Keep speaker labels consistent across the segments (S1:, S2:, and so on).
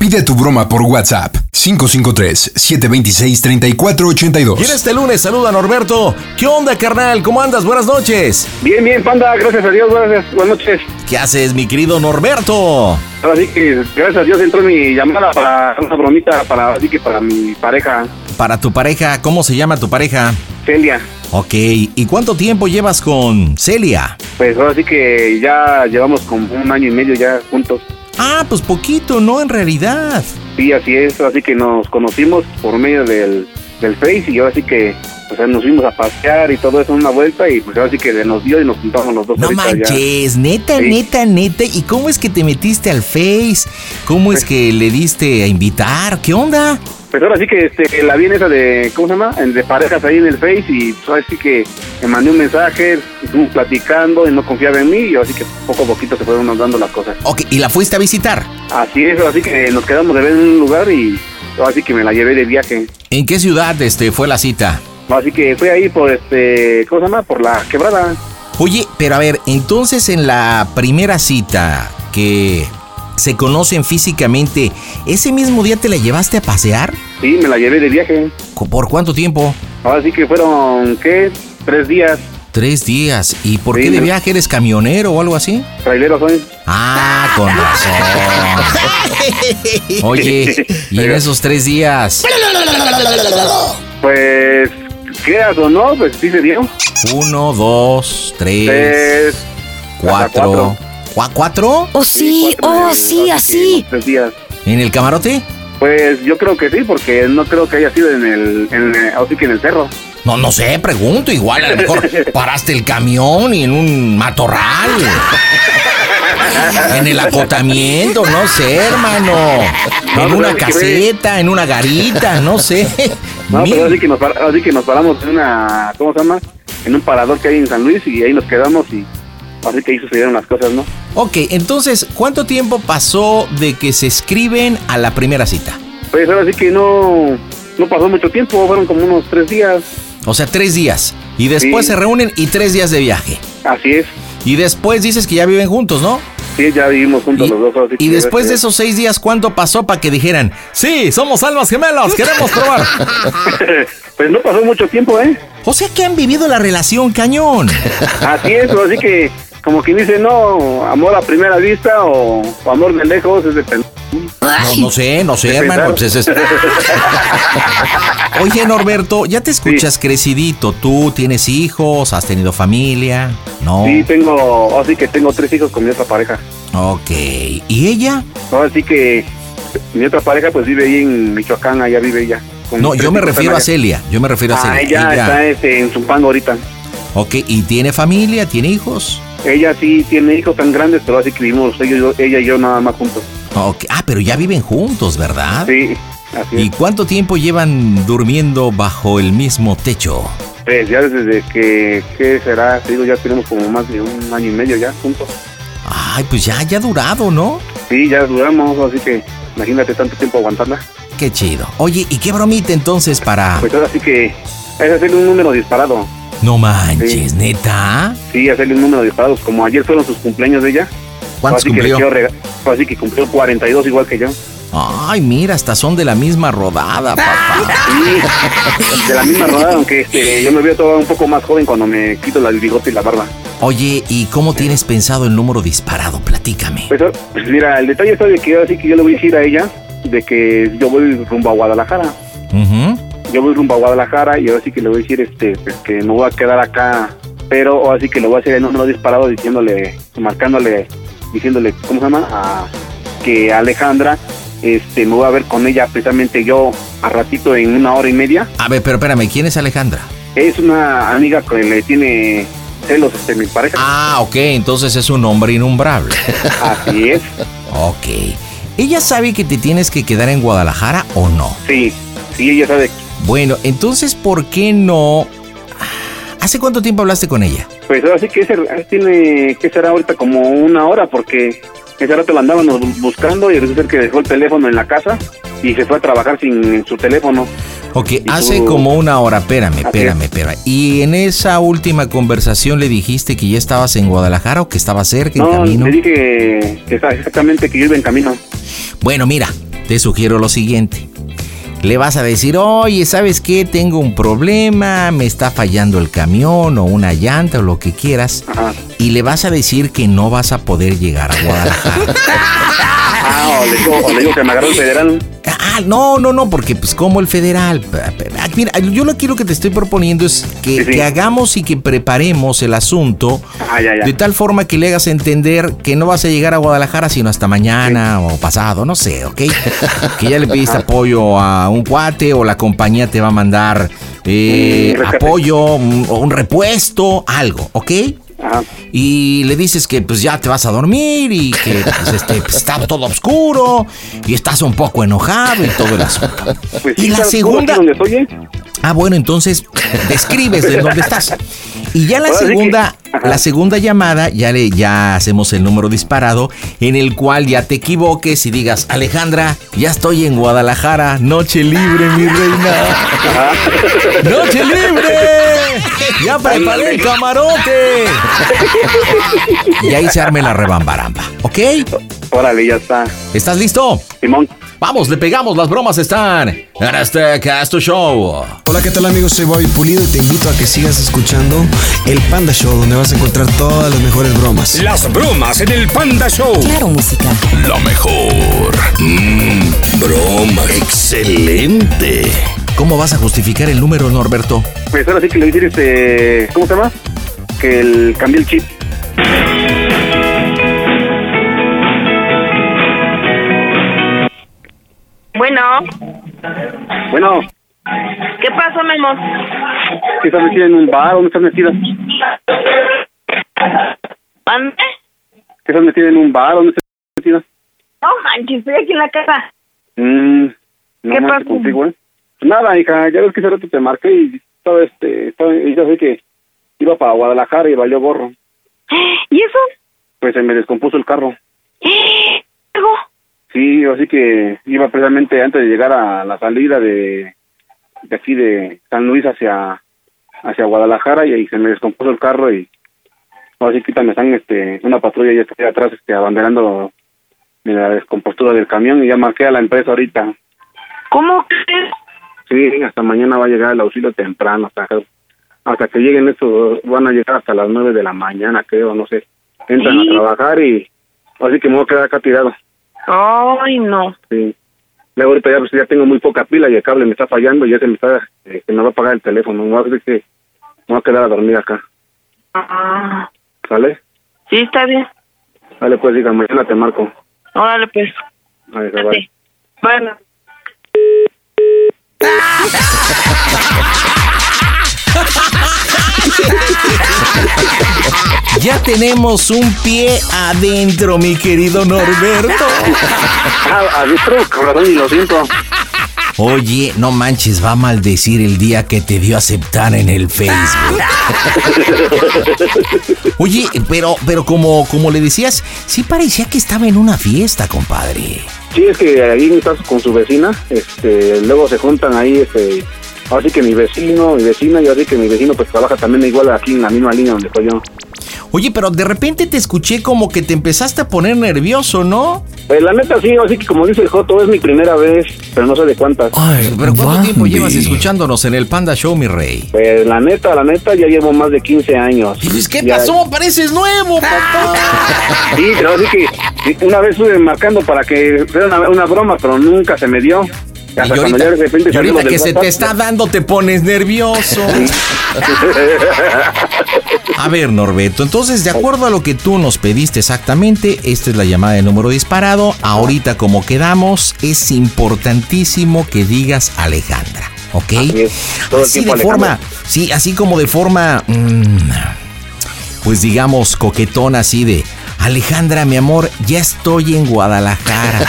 S1: Pide tu broma por WhatsApp 553-726-3482.
S2: Y en este lunes saluda a Norberto. ¿Qué onda, carnal? ¿Cómo andas? Buenas noches.
S3: Bien, bien, panda. Gracias a Dios. Buenas, buenas noches.
S2: ¿Qué haces, mi querido Norberto?
S3: Ahora sí que gracias a Dios entró mi llamada para una bromita para, así que para mi pareja.
S2: Para tu pareja, ¿cómo se llama tu pareja?
S3: Celia.
S2: Ok, ¿y cuánto tiempo llevas con Celia?
S3: Pues ahora sí que ya llevamos como un año y medio ya juntos.
S2: Ah, pues poquito, ¿no? En realidad.
S3: Sí, así es, así que nos conocimos por medio del, del Face y ahora sí que o sea, nos fuimos a pasear y todo eso una vuelta y pues ahora sí que nos dio y nos juntamos los dos.
S2: No
S3: ahorita
S2: manches, neta,
S3: Sí.
S2: neta, neta. ¿Y cómo es que te metiste al Face? ¿Cómo es que le diste a invitar? ¿Qué onda?
S3: ya. Pues ahora sí que este, la vi en esa de, ¿cómo se llama? En- De parejas ahí en el Face y pues ahora sí que me mandé un mensaje, estuvimos platicando y no confiaba en mí y ahora sí que poco a poquito se fueron dando las cosas.
S2: Ok, ¿y la fuiste a visitar?
S3: Así es, así que nos quedamos de ver en un lugar y ahora sí que me la llevé de viaje.
S2: ¿En qué ciudad este, fue la cita?
S3: Así que fui ahí por este, ¿cómo se llama? Por la quebrada.
S2: Oye, pero a ver, entonces en la primera cita que se conocen físicamente, ¿ese mismo día te la llevaste a pasear?
S3: Sí, me la llevé de viaje.
S2: ¿Cu- ¿Por cuánto tiempo?
S3: Ahora sí que fueron, ¿qué? Tres días.
S2: Tres días. ¿Y por
S3: Sí,
S2: qué de
S3: me-
S2: viaje eres camionero o algo así?
S3: Traileros hoy.
S2: Ah, con razón. Oye, y en esos tres días,
S3: Pues, creas o no, pues sí se dio.
S2: uno, dos, tres,
S3: Tres.
S2: cuatro. ¿Cua- ¿Cuatro?
S4: Oh, sí,
S3: cuatro
S4: oh,
S3: días,
S4: sí,
S3: ahora sí que
S4: así.
S3: los Tres días.
S2: ¿En el camarote?
S3: Pues yo creo que sí, porque no creo que haya sido en el, en, el- ahora sí que en el cerro.
S2: No, no sé, pregunto. Igual a lo mejor paraste el camión y en un matorral. En el acotamiento, no sé, hermano.
S3: No,
S2: En
S3: pero
S2: una
S3: es que-
S2: caseta, en una garita, no sé.
S3: No,
S2: Mira.
S3: pero así que, nos, par- ahora sí que nos paramos en una, ¿cómo se llama? En un parador que hay en San Luis y ahí nos quedamos y así que ahí sucedieron las cosas, ¿no?
S2: Ok, entonces, ¿cuánto tiempo pasó de que se escriben a la primera cita?
S3: Pues ahora sí que no, no pasó mucho tiempo, fueron como unos tres días.
S2: O sea, tres días. Y después
S3: Sí.
S2: se reúnen y tres días de viaje.
S3: Así es,
S2: Y después dices que ya viven juntos, ¿no?
S3: sí, ya vivimos juntos
S2: Y,
S3: los dos. así
S2: y
S3: que-
S2: después de esos seis días, ¿cuánto pasó para que dijeran, sí, somos almas gemelas, queremos probar?
S3: Pues no pasó mucho tiempo, ¿eh?
S2: o sea que han vivido la relación, cañón.
S3: Así es, así que como quien dice, no, amor a primera vista o, o amor de lejos es de pen-
S2: No, no sé, no sé,
S3: De
S2: hermano.
S3: pensar.
S2: pues es- es- Oye, Norberto, ya te escuchas crecidito. Tú tienes hijos, has tenido familia, ¿no?
S3: Sí, tengo, así que tengo tres hijos con mi otra pareja.
S2: Ok. ¿Y ella?
S3: Así que mi otra pareja pues vive ahí en Michoacán, allá vive ella. con
S2: No,
S3: tres
S2: yo me
S3: hijos
S2: refiero a
S3: allá.
S2: Celia. Yo me refiero a Celia.
S3: Ah, ella está este, en Zumpango ahorita.
S2: Ok, ¿y tiene familia? ¿Tiene hijos?
S3: Ella sí tiene hijos tan grandes, pero así que vivimos ella y yo, ella y yo nada más juntos.
S2: Ok, Ah, pero ya viven juntos, ¿verdad?
S3: Sí, así es.
S2: Ah. ¿Y cuánto tiempo llevan durmiendo bajo el mismo techo?
S3: Pues ya desde que, ¿qué será? Te digo, ya tenemos como más de un año y medio ya juntos.
S2: Ay, pues ya, ya ha durado, ¿no?
S3: Sí, ya duramos, así que imagínate tanto tiempo aguantarla.
S2: Qué chido. Oye, ¿y qué bromita entonces para...?
S3: Pues ahora sí que es hacerle un número disparado.
S2: No manches, neta.
S3: Sí, hacerle un número disparado. Como ayer fueron sus cumpleaños de ella.
S2: ¿Cuántos
S3: así Que le
S2: cumplió?
S3: quiero rega- así que cumplió 42 igual que yo.
S2: Ay, mira, hasta son de la misma rodada, papá.
S3: Sí, de la misma rodada, aunque este, yo me veo todavía un poco más joven cuando me quito la- el bigote y la barba.
S2: Oye, ¿y cómo tienes pensado el número disparado? Platícame.
S3: Pues, ah, pues mira, el detalle está de que así que yo le voy a decir a ella de que yo voy rumbo a Guadalajara.
S2: Ujú.
S3: Yo voy rumbo a Guadalajara y ahora sí que le voy a decir este, pues, que me voy a quedar acá, pero ahora sí que le voy a hacer el número disparado diciéndole, marcándole, diciéndole, ¿cómo se llama? A- que Alejandra, este, me voy a ver con ella precisamente yo a ratito en una hora y media.
S2: A ver, pero espérame, ¿quién es Alejandra?
S3: Es una amiga que le tiene celos este, mi pareja.
S2: Ah, ok, entonces es un hombre innombrable.
S3: Así es.
S2: ok. ¿Ella sabe que te tienes que quedar en Guadalajara o no?
S3: Sí, sí, ella sabe.
S2: Bueno, entonces, ¿por qué no? Ah, ¿Hace cuánto tiempo hablaste con ella?
S3: Pues ahora sí que ese- tiene que será ahorita como una hora porque ese rato la andábamos bu- buscando y resulta ser que dejó el teléfono en la casa y se fue a trabajar sin su teléfono.
S2: Ok,
S3: tú?
S2: hace como una hora, espérame,
S3: Así
S2: espérame, espérame. ¿Y en esa última conversación le dijiste que ya estabas en Guadalajara o que estabas cerca, en
S3: No,
S2: camino?
S3: le dije que está- exactamente que yo iba en camino.
S2: Bueno, mira, te sugiero lo siguiente. Le vas a decir, oye, ¿sabes qué? Tengo un problema, me está fallando el camión o una llanta o lo que quieras.
S3: Ajá.
S2: Y le vas a decir que no vas a poder llegar a Guadalajara.
S3: Ah, o le, digo, o le digo que me agarró el federal.
S2: ah, no, no, no, porque pues como el federal. Ah, Mira, yo lo, aquí lo que te estoy proponiendo es que,
S3: Sí, sí.
S2: que hagamos y que preparemos el asunto
S3: Ah, ya,
S2: de
S3: ya.
S2: tal forma que le hagas entender que no vas a llegar a Guadalajara sino hasta mañana o pasado, no sé, ¿ok? que ya le pediste apoyo a un cuate o la compañía te va a mandar eh,
S3: Un rescate.
S2: apoyo un- o un repuesto, algo, ¿ok?
S3: Ajá.
S2: Y le dices que pues ya te vas a dormir y que pues, este, pues, está todo oscuro y estás un poco enojado y todo el asunto.
S3: Pues
S2: y
S3: sí,
S2: la
S3: ¿sabes cómo
S2: segunda...
S3: aquí donde estoy, eh?
S2: Ah, bueno, entonces describes de dónde estás. Y ya la
S3: Ahora sí que-
S2: segunda,
S3: Ajá.
S2: la segunda llamada, ya le, ya hacemos el número disparado, en el cual ya te equivoques y digas, Alejandra, ya estoy en Guadalajara, noche libre, mi reina.
S3: Ajá.
S2: ¡Noche libre! ¡Ya preparé el camarote! Y ahí se arme la rebambaramba, ¿ok?
S3: Órale, ya está.
S2: ¿Estás listo?
S3: Simón.
S2: Vamos, le pegamos, las bromas están en este Casto Show.
S4: Hola, ¿qué tal amigos? Soy Bobby Pulido y te invito a que sigas escuchando El Panda Show, donde vas a encontrar todas las mejores bromas.
S5: Las bromas en el Panda Show.
S6: Claro, música.
S5: La mejor. Mmm, broma. Excelente.
S2: ¿Cómo vas a justificar el número, Norberto?
S3: Pues ahora sí que le voy a decir este. ¿Cómo se llama? Que el, cambié el chip.
S7: Bueno,
S3: Bueno,
S7: ¿qué pasó, mi amor?
S3: ¿qué estás metida en un bar? ¿Dónde estás metida?
S7: ¿Mande?
S3: ¿Qué estás metida en un bar? ¿Dónde estás metida?
S7: No manches, estoy aquí en la casa.
S3: Mm, no
S7: ¿Qué
S3: manches
S7: pasó?
S3: contigo, ¿eh? Nada, hija, ya ves que ese rato te marqué y estaba, este, estaba, y ya sé que iba para Guadalajara y valió gorro.
S7: ¿Y eso?
S3: Pues se me descompuso el carro.
S7: ¿Algo?
S3: Sí, así que iba precisamente antes de llegar a la salida de, de aquí de San Luis hacia hacia Guadalajara y ahí se me descompuso el carro y así que me están este una patrulla ya está atrás este abanderando de la descompostura del camión y ya marqué a la empresa ahorita.
S7: ¿Cómo crees?
S3: Sí, hasta mañana va a llegar el auxilio temprano, hasta que, hasta que lleguen estos, van a llegar hasta las nueve de la mañana, creo, no sé. Entran
S7: Sí.
S3: a trabajar y así que me voy a quedar acá tirado.
S7: Ay, no.
S3: Sí. Luego ahorita ya, pues, ya tengo muy poca pila y el cable me está fallando y ya se me está, eh, se me va a apagar el teléfono. Me voy a, decir que me voy a quedar a dormir acá,
S7: Ah,
S3: ¿sale?
S7: sí, está bien.
S3: Dale, pues, diga, mañana te marco.
S7: Órale, pues.
S3: Ahí se va.
S7: Date. Bueno.
S2: Ya tenemos un pie adentro, mi querido Norberto.
S3: Ah, adentro, cabrón, y lo siento.
S2: Oye, no manches, va a maldecir el día que te dio aceptar en el Facebook. Oye, pero, pero como, como le decías, sí parecía que estaba en una fiesta, compadre.
S3: Sí, es que ahí estás con su vecina, este, luego se juntan ahí, este, ahora sí que mi vecino, mi vecina, y ahora sí que mi vecino pues trabaja también igual aquí en la misma línea donde estoy yo.
S2: Oye, pero de repente te escuché como que te empezaste a poner nervioso, ¿no?
S3: Pues la neta sí, así que como dice el Joto, es mi primera vez, pero no sé de cuántas.
S4: Ay,
S2: Pero ¿cuánto tiempo
S4: Bambi.
S2: llevas escuchándonos en el Panda Show, mi rey?
S3: Pues la neta, la neta, ya llevo más de 15 años.
S2: Pues, ¿qué
S3: Ya-
S2: pasó? Pareces nuevo, papá.
S3: Sí, pero así que una vez estuve marcando para que fuera una, una broma, pero nunca se me dio. Hasta
S2: Y
S3: cuando
S2: ahorita,
S3: ya de repente
S2: y ahorita
S3: salimos del
S2: que se te
S3: WhatsApp,
S2: está dando te pones nervioso. A ver, Norberto, entonces, de acuerdo a lo que tú nos pediste exactamente, esta es la llamada de número disparado. Ahorita, como quedamos, es importantísimo que digas Alejandra, ¿ok?
S3: Así es, todo el
S2: Así de
S3: tiempo
S2: forma,
S3: Alejandra.
S2: sí, así como de forma, mm, pues digamos, coquetona, así de. Alejandra, mi amor, ya estoy en Guadalajara.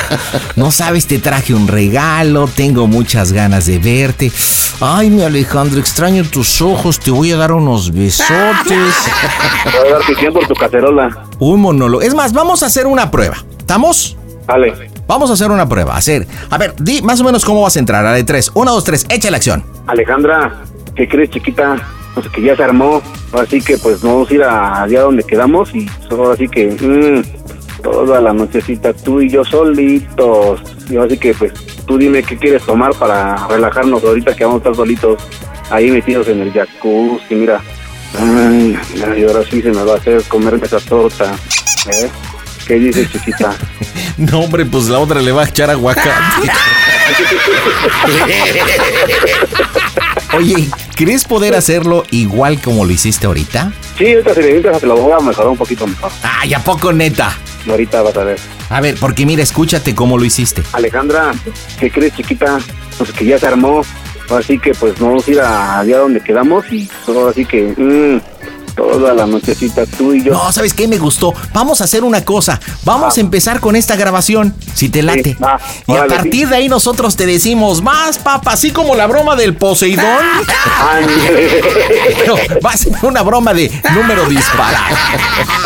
S2: No sabes, te traje un regalo, tengo muchas ganas de verte. Ay, mi Alejandra, extraño tus ojos, te voy a dar unos besotes.
S3: Te voy a dar tu tiempo por tu cacerola.
S2: Un monólogo. Es más, vamos a hacer una prueba. ¿Estamos?
S3: Vale.
S2: Vamos a hacer una prueba. Hacer. A ver, di más o menos cómo vas a entrar. A la de tres. Una, dos, tres. Echa la acción.
S3: Alejandra, ¿qué crees, chiquita? Pues que ya se armó. Así que pues nos vamos a ir a allá donde quedamos y solo así que mm, toda la nochecita tú y yo solitos. Y así que pues tú dime qué quieres tomar para relajarnos ahorita que vamos a estar solitos ahí metidos en el jacuzzi, mira. Ay, ay, ahora sí se nos va a hacer comerme esa torta. ¿eh? ¿Qué dices, chiquita?
S2: No, hombre, pues la otra le va a echar aguacate. Oye, ¿crees poder hacerlo igual como lo hiciste ahorita?
S3: Sí, ahorita se le ahorita se lo voy a mejorar un poquito mejor.
S2: Ay, ¿a poco neta?
S3: Y ahorita vas a ver.
S2: A ver, porque mira, escúchate cómo lo hiciste.
S3: Alejandra, ¿qué crees, chiquita? Pues que ya se armó. Así que pues nos vamos a ir a allá donde quedamos y solo así que mm, toda la nochecita tú y yo.
S2: No, ¿sabes qué me gustó? Vamos a hacer una cosa. Vamos a empezar con esta grabación, si te late.
S3: Ah. va,
S2: y a
S3: órale,
S2: partir de ahí nosotros te decimos más, papá, así como la broma del Poseidón.
S3: Ándale,
S2: Pero va a ser una broma de número disparado.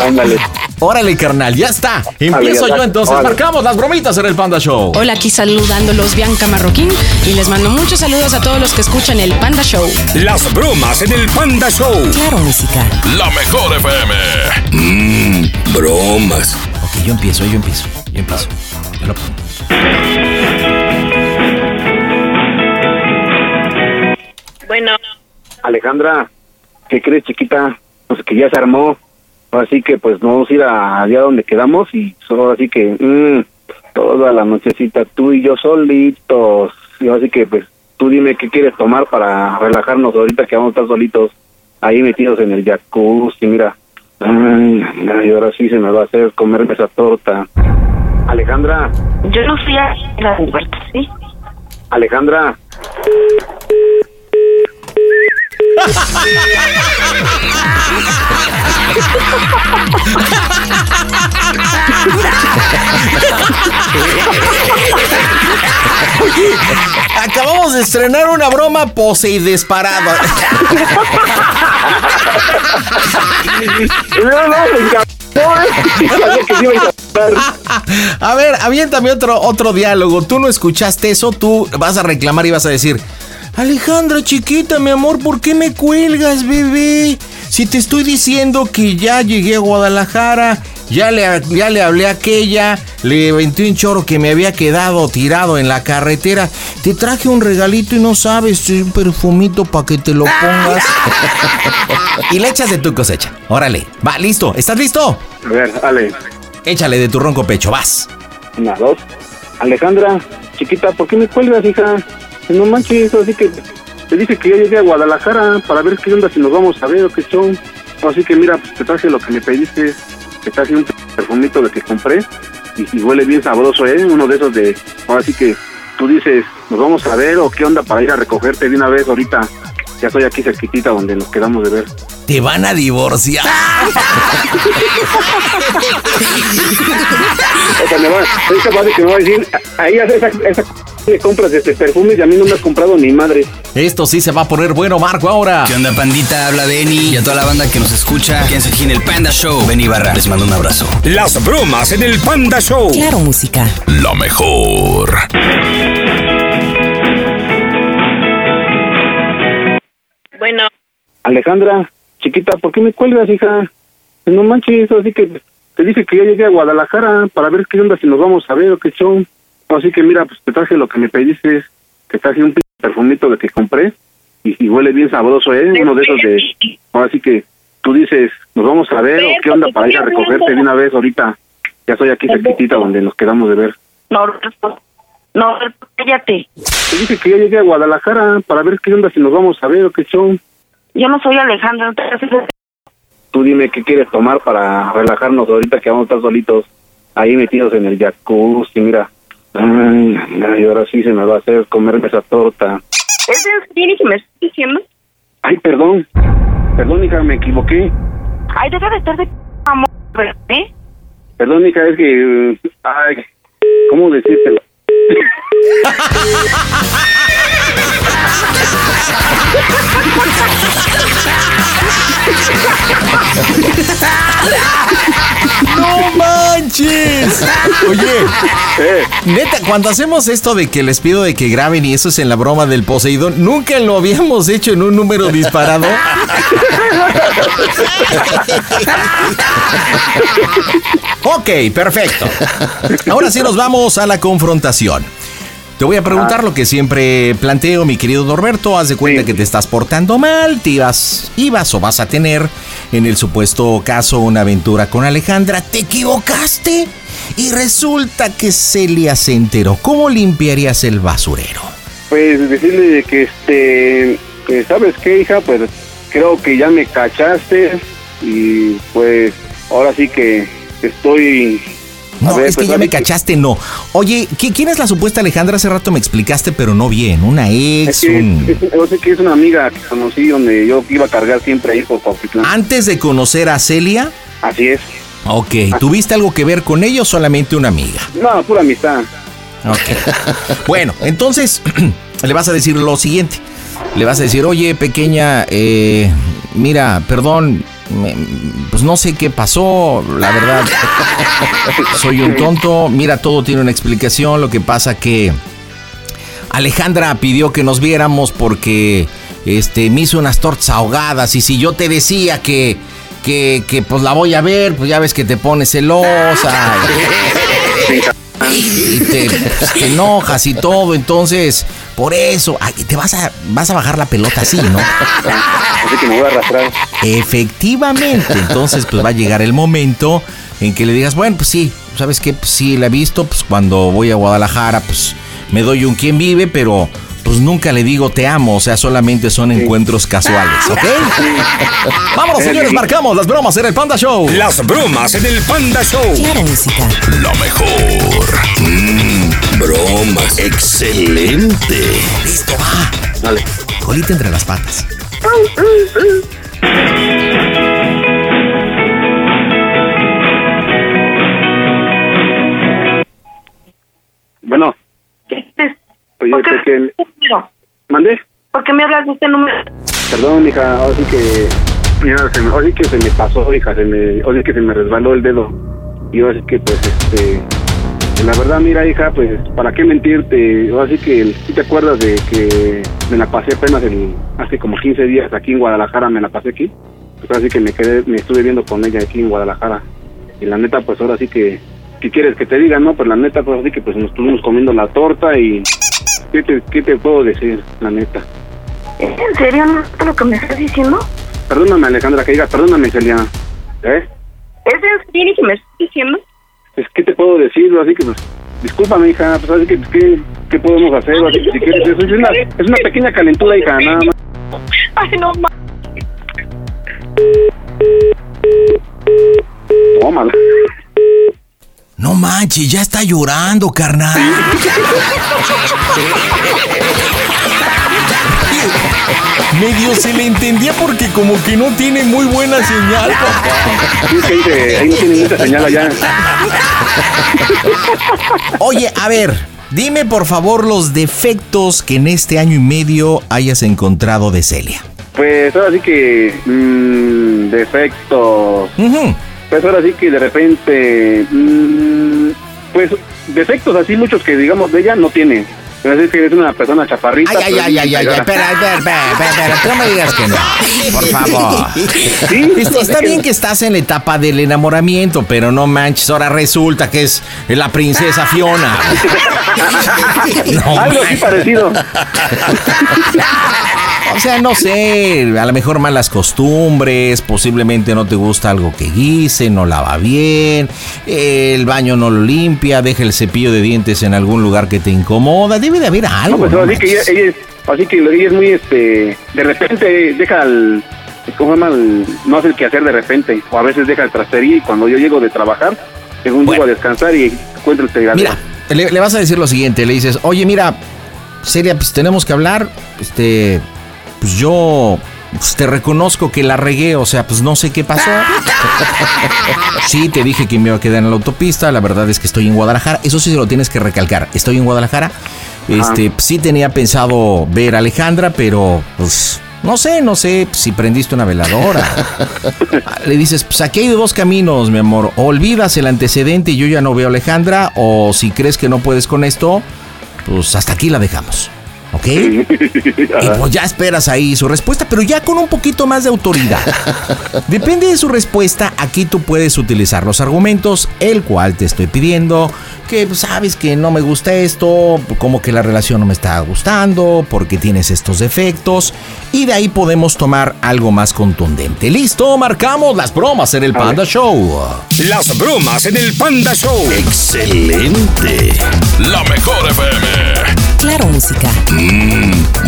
S3: ándale.
S2: Órale, carnal, ya está. Empiezo
S3: ya
S2: yo
S3: está.
S2: entonces.
S3: Órale.
S2: Marcamos las bromitas en el Panda Show.
S6: Hola, aquí saludándolos Bianca Marroquín y les mando muchos saludos a todos los que escuchan el Panda Show.
S5: Las bromas en el Panda Show.
S6: Claro, música.
S5: La mejor FM. Mmm, bromas.
S2: Ok, yo empiezo, yo empiezo, yo empiezo. Ya lo pongo.
S7: Bueno,
S3: Alejandra, ¿qué crees, chiquita? Pues que ya se armó. Así que pues nos vamos a ir a allá donde quedamos y solo así que mm, toda la nochecita tú y yo solitos. Y así que pues tú dime qué quieres tomar para relajarnos ahorita que vamos a estar solitos ahí metidos en el jacuzzi, mira. Ay, ay, ahora sí se nos va a hacer comerme esa torta. Alejandra,
S7: yo no fui a la puerta, ¿sí?
S3: Alejandra,
S2: Acabamos de estrenar una broma pose y disparada.
S3: no, no, me encantó, ¿eh? Sabía que se iba a encantar.
S2: A ver, aviéntame otro, otro diálogo. Tú no escuchaste eso, tú vas a reclamar y vas a decir: Alejandra, chiquita, mi amor, ¿por qué me cuelgas, bebé? Si te estoy diciendo que ya llegué a Guadalajara, ya le, ya le hablé a aquella, le venté un choro que me había quedado tirado en la carretera. Te traje un regalito y no sabes, un perfumito para que te lo pongas. y le echas de tu cosecha. Órale, va, listo, ¿estás listo?
S3: A ver, Ale,
S2: Échale de tu ronco pecho, vas.
S3: una, dos. Alejandra, chiquita, ¿por qué me cuelgas, hija? No manches, así que te dije que yo llegué a Guadalajara para ver qué onda si nos vamos a ver o qué son. Así que mira, pues te traje lo que me pediste, te traje un perfumito de que compré y, y huele bien sabroso, ¿eh? Uno de esos de... Ahora sí que tú dices, ¿nos vamos a ver o qué onda para ir a recogerte de una vez ahorita? Ya estoy aquí cerquitita donde nos quedamos de ver.
S2: Te van a divorciar.
S3: O sea, me va, esta madre que me va a decir, ahí hace esa, esa c- de compras de este perfume y a mí no me has comprado ni madre.
S2: Esto sí se va a poner bueno, Marco, ahora.
S8: ¿Qué onda, pandita? Habla Denny y a toda la banda que nos escucha. Quédense aquí en el Panda Show. Benny Barra, les mando un abrazo.
S5: Las bromas en el Panda Show.
S6: Claro, música.
S5: La mejor.
S7: bueno,
S3: Alejandra, chiquita, ¿por qué me cuelgas, hija? No manches, así que te dije que ya llegué a Guadalajara para ver qué onda, si nos vamos a ver o qué show. Así que mira, pues te traje lo que me pediste, te traje un pinche perfumito de que compré y, y huele bien sabroso, ¿eh? Uno de esos de... Ahora sí que tú dices, nos vamos a ver o qué onda para ir a recogerte de una vez ahorita. Ya estoy aquí cerquitita donde nos quedamos de ver.
S7: No, no, no, cállate.
S3: Te dije que ya llegué a Guadalajara para ver qué onda, si nos vamos a ver o qué show.
S7: Yo no soy Alejandra, no te hagas ese-
S3: Tú dime qué quieres tomar para relajarnos ahorita que vamos a estar solitos ahí metidos en el jacuzzi, mira. Ay, ay, ahora sí se me va a hacer comerme esa torta.
S7: ¿Es en serio que me estás diciendo?
S3: Ay, perdón. Perdón, hija, me equivoqué.
S7: Ay, deja de estar de c- amor, ¿verdad? ¿eh?
S3: Perdón, hija, es que... eh, Ay, ¿cómo decírtelo?
S2: ¡No manches! Oye,
S3: Eh,
S2: neta, cuando hacemos esto de que les pido de que graben y eso es en la broma del Poseidón, nunca lo habíamos hecho en un número disparado. ok, perfecto. Ahora sí nos vamos a la confrontación. Te voy a
S3: Ah.
S2: preguntar lo que siempre planteo, mi querido Norberto. Haz de cuenta que te estás portando mal, te ibas, ibas o vas a tener, en el supuesto caso, una aventura con Alejandra. Te equivocaste y resulta que Celia se enteró. ¿Cómo limpiarías el basurero?
S3: Pues decirle que este, que, sabes qué hija, pues creo que ya me cachaste y pues ahora sí que estoy. a
S2: No,
S3: ver,
S2: es que
S3: pues,
S2: ya me
S3: ahorita-
S2: cachaste, no. Oye, ¿qui- ¿quién es la supuesta Alejandra? Hace rato me explicaste, pero no bien. Una
S3: Es
S2: ex,
S3: que,
S2: un...
S3: es- yo sé que es una amiga que conocí donde yo iba a cargar siempre ahí por Cuautitlán.
S2: Antes de conocer a Celia,
S3: Así es.
S2: ok,
S3: Ah.
S2: ¿tuviste algo que ver con ella o solamente una amiga?
S3: No, pura amistad.
S2: Ok. bueno, entonces le vas a decir lo siguiente. Le vas a decir, oye, pequeña, eh, mira, perdón, me- pues no sé qué pasó, la verdad. Soy un tonto. Mira, todo tiene una explicación. Lo que pasa que Alejandra pidió que nos viéramos porque este, me hizo unas tortas ahogadas. Y si yo te decía que, que, que pues la voy a ver, pues ya ves que te pones celosa. y te, pues, te enojas y todo, entonces por eso ay, te vas a vas a bajar la pelota así, ¿no?
S3: Así que me voy a arrastrar.
S2: Efectivamente, entonces pues va a llegar el momento en que le digas, bueno, pues sí, ¿sabes qué? Pues sí, la he visto, pues cuando voy a Guadalajara, pues me doy un quien vive, pero pues nunca le digo te amo, o sea, solamente son encuentros casuales, ¿ok? Vámonos, señores, marcamos las bromas en el Panda Show.
S5: Las bromas en el Panda Show.
S9: Claro, música.
S5: Lo mejor. Mm, bromas. Excelente.
S2: Listo, va.
S3: Dale.
S2: Colita entre las patas.
S3: Bueno,
S7: ¿Qué haces?
S3: Oye,
S7: ¿Por qué
S3: creo que
S7: me
S3: el-
S7: hablas de este número?
S3: mandé.
S7: ¿Por qué me hablas de este número?
S3: Perdón, hija, ahora sí que. Mira, se me, ahora sí que se me pasó, hija, se me, ahora sí que se me resbaló el dedo. Y ahora sí que, pues, este. La verdad, mira, hija, pues, ¿para qué mentirte? Ahora sí que, si te acuerdas de que me la pasé apenas el, hace como 15 días aquí en Guadalajara, me la pasé aquí. Pues ahora sí que me quedé, me estuve viendo con ella aquí en Guadalajara. Y la neta, pues, ahora sí que. ¿Qué quieres que te diga, no? Pues la neta, pues, así que, pues, nos estuvimos comiendo la torta y. ¿Qué te, qué te puedo decir, la neta?
S7: ¿Es en serio no es lo que me estás diciendo?
S3: Perdóname, Alejandra, que digas, perdóname, Celia. ¿Eh?
S7: ¿Es en serio que me estás diciendo?
S3: Pues, ¿qué te puedo decir? Así que, pues, discúlpame, hija, pues, así que, pues, ¿qué, qué podemos hacer? Así que, si quieres, es una, es una pequeña calentura, hija, nada más.
S7: Ay, no, ma.
S3: Tómala.
S2: No manches, ya está llorando, carnal. Medio se le entendía porque como que no tiene muy buena señal.
S3: Sí, que ahí, se- ahí no tiene mucha señal allá.
S2: Oye, a ver, dime por favor los defectos que en este año y medio hayas encontrado de Celia.
S3: Pues, ahora sí que, mmm, defectos.
S2: Ujú.
S3: Pues, ahora sí que, de mm, repente, mmm, pues, defectos así muchos que, digamos, de ella no tiene. Pero es que eres una persona chaparrita.
S2: Ay, ay,
S3: pero
S2: ay,
S3: bien
S2: ay, ay,
S3: pegada.
S2: espera, espera, espera, espera, espera, tú no me digas que no, por favor.
S3: Sí,
S2: Está, está bien que estás en la etapa del enamoramiento, pero no manches, ahora resulta que es la princesa Fiona. No
S3: Algo así
S2: manches.
S3: parecido.
S2: O sea, no sé, a lo mejor malas costumbres, posiblemente no te gusta algo que guise, no lava bien, el baño no lo limpia, deja el cepillo de dientes en algún lugar que te incomoda, debe de haber
S3: No,
S2: algo.
S3: pues
S2: ¿no
S3: así que ella,
S2: manches?
S3: ella es, así que ella es muy, este, de repente deja el, ¿cómo se llama? El- no hace el quehacer de repente, o a veces deja el trastería y cuando yo llego de trabajar, según
S2: Bueno.
S3: llego a descansar y encuentro el teléfono.
S2: Mira, le, le vas a decir lo siguiente, le dices, oye, mira, Celia, pues tenemos que hablar, este, pues yo pues, te reconozco que la regué, o sea, pues no sé qué pasó. sí, te dije que me iba a quedar en la autopista, la verdad es que estoy en Guadalajara, eso sí se lo tienes que recalcar, estoy en Guadalajara, este, pues, sí tenía pensado ver a Alejandra, pero pues... No sé, no sé si prendiste una veladora. Le dices, pues aquí hay dos caminos, mi amor. O Olvidas el antecedente y yo ya no veo a Alejandra. O si crees que no puedes con esto, pues hasta aquí la dejamos. ¿Ok? Y pues ya esperas ahí su respuesta, pero ya con un poquito más de autoridad. Depende de su respuesta, aquí tú puedes utilizar los argumentos, el cual te estoy pidiendo, que pues, sabes que no me gusta esto, como que la relación no me está gustando, porque tienes estos defectos, y de ahí podemos tomar algo más contundente. Listo, marcamos las bromas en el Panda Show.
S5: Las bromas en el Panda Show. Excelente. La mejor FM.
S9: Claro Música.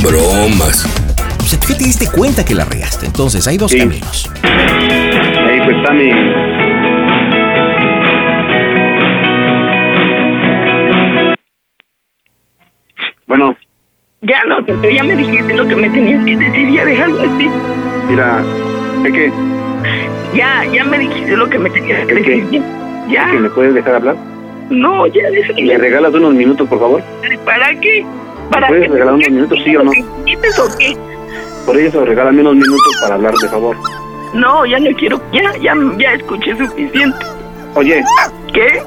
S5: Bromas.
S2: O sea, Pues, ¿Qué te diste cuenta que la regaste? Entonces, hay dos
S3: Sí.
S2: caminos.
S3: Ahí pues está mi... Bueno,
S7: Ya no, pero ya me dijiste lo que me tenías que decir, ya déjalo así.
S3: mira, es que,
S7: Ya, ya me dijiste lo que me tenías que
S3: ¿El qué?
S7: decir. Ya,
S3: que me puedes dejar hablar.
S7: no, ya déjalo.
S3: ¿Me regalas unos minutos, por favor?
S7: ¿Para qué? ¿Para
S3: ¿Puedes
S7: qué?
S3: regalar unos
S7: ¿Qué?
S3: minutos, sí o no?
S7: ¿Dices o qué?
S3: Por eso, regálame unos minutos para hablar, de favor.
S7: No, ya no quiero, ya, ya, ya escuché suficiente.
S3: Oye,
S7: ¿Qué?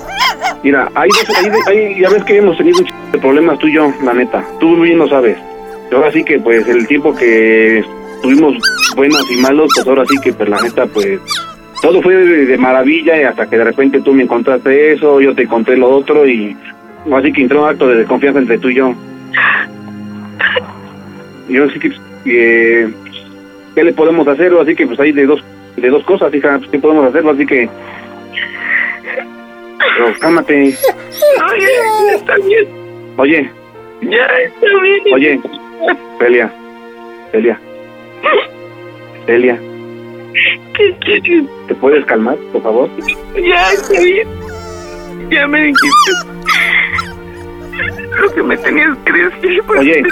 S3: mira, hay, dos- hay, hay- ya ves que hemos tenido un chingo de problemas tú y yo, la neta. Tú bien lo sabes. Y ahora sí que, pues, el tiempo que tuvimos buenos y malos, pues ahora sí que, pues, la neta, pues, todo fue de, de maravilla y hasta que de repente tú me encontraste eso, yo te encontré lo otro y así que entró un acto de desconfianza entre tú y yo. Yo sí que, pues, eh, ¿qué le podemos hacer? Así que, pues, hay de dos, de dos cosas, hija, pues, ¿qué podemos hacerlo? Así que... Pero cálmate.
S7: Ay, ya está bien,
S3: Oye,
S7: ya está bien.
S3: oye, Celia, Celia, Celia,
S7: ¿Qué quieres?
S3: ¿te puedes calmar, por favor?
S7: Ya está bien. Ya me dijiste lo que me tenías que decir. pues.
S3: Oye.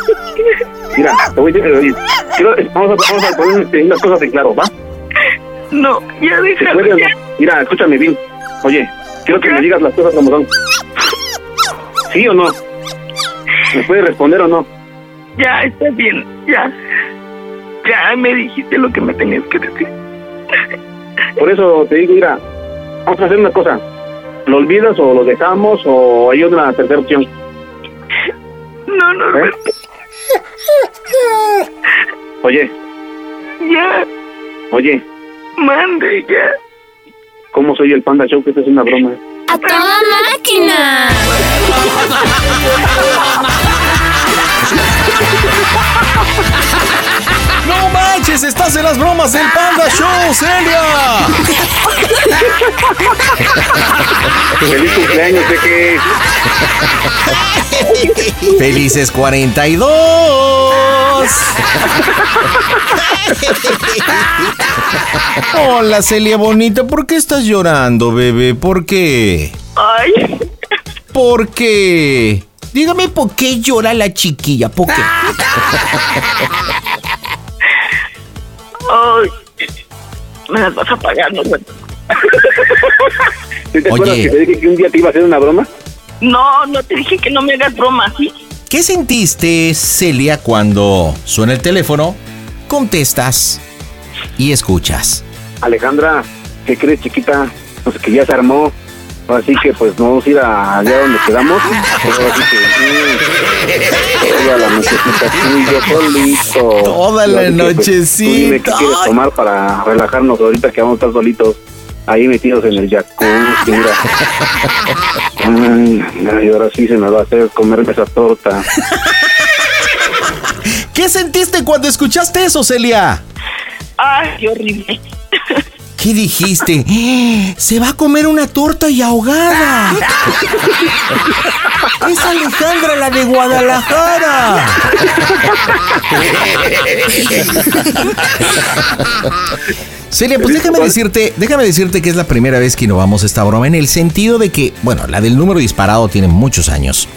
S3: Mira, te voy a decir, oye, quiero- vamos, a, vamos a poner este, las cosas en claro, ¿va?
S7: No, ya
S3: ¿Te
S7: déjalo.
S3: puedes-
S7: Ya,
S3: Mira, escúchame bien. Oye, quiero que me digas las cosas como son. ¿Sí o no? ¿Me puedes responder o no?
S7: ya está bien. Ya. Ya me dijiste lo que me tenías que decir.
S3: Por eso te digo, mira, vamos a hacer una cosa. ¿Lo olvidas o lo dejamos o hay otra tercera opción?
S7: No, no,
S3: ¿Eh? Oye,
S7: ya.
S3: oye,
S7: Mande, ya.
S3: ¿cómo soy el Panda Show? Que esto es una broma.
S9: A toda máquina.
S2: ¡No manches! ¡Estás en las bromas del Panda Show, Celia!
S3: ¡Feliz cumpleaños, sé que...
S2: Felices 42. Hola Celia bonita, ¿por qué estás llorando, bebé? ¿Por qué?
S7: Ay,
S2: ¿Por qué? Dígame por qué llora la chiquilla, ¿por qué?
S7: ay. Me las vas a pagar, no, güey.
S3: ¿Sí ¿Te acuerdas
S2: Oye.
S3: que te dije que un día te iba a hacer una broma?
S7: No, no te dije que no me hagas bromas, ¿sí?
S2: ¿Qué sentiste, Celia, cuando suena el teléfono, contestas y escuchas?
S3: Alejandra, ¿qué crees, chiquita? Pues que ya se armó. Así que pues nos vamos a ir a allá donde quedamos. Ahora sí que, mm, toda la nochecita tú y yo solito.
S2: Toda la
S3: Así que, pues, tú Dime qué
S2: nochecita.
S3: quieres tomar para relajarnos ahorita que vamos a estar solitos. Ahí metidos en el jacuzzi, mira. Ay, ay, ahora sí se me va a hacer comerme esa torta.
S2: ¿Qué sentiste cuando escuchaste eso, Celia?
S7: Ay, qué horrible.
S2: ¿Qué dijiste? ¡Eh! Se va a comer una torta y ahogada. Es Alejandra la de Guadalajara. Celia, pues déjame decirte, déjame decirte que es la primera vez que innovamos esta broma en el sentido de que, bueno, la del número disparado tiene muchos años.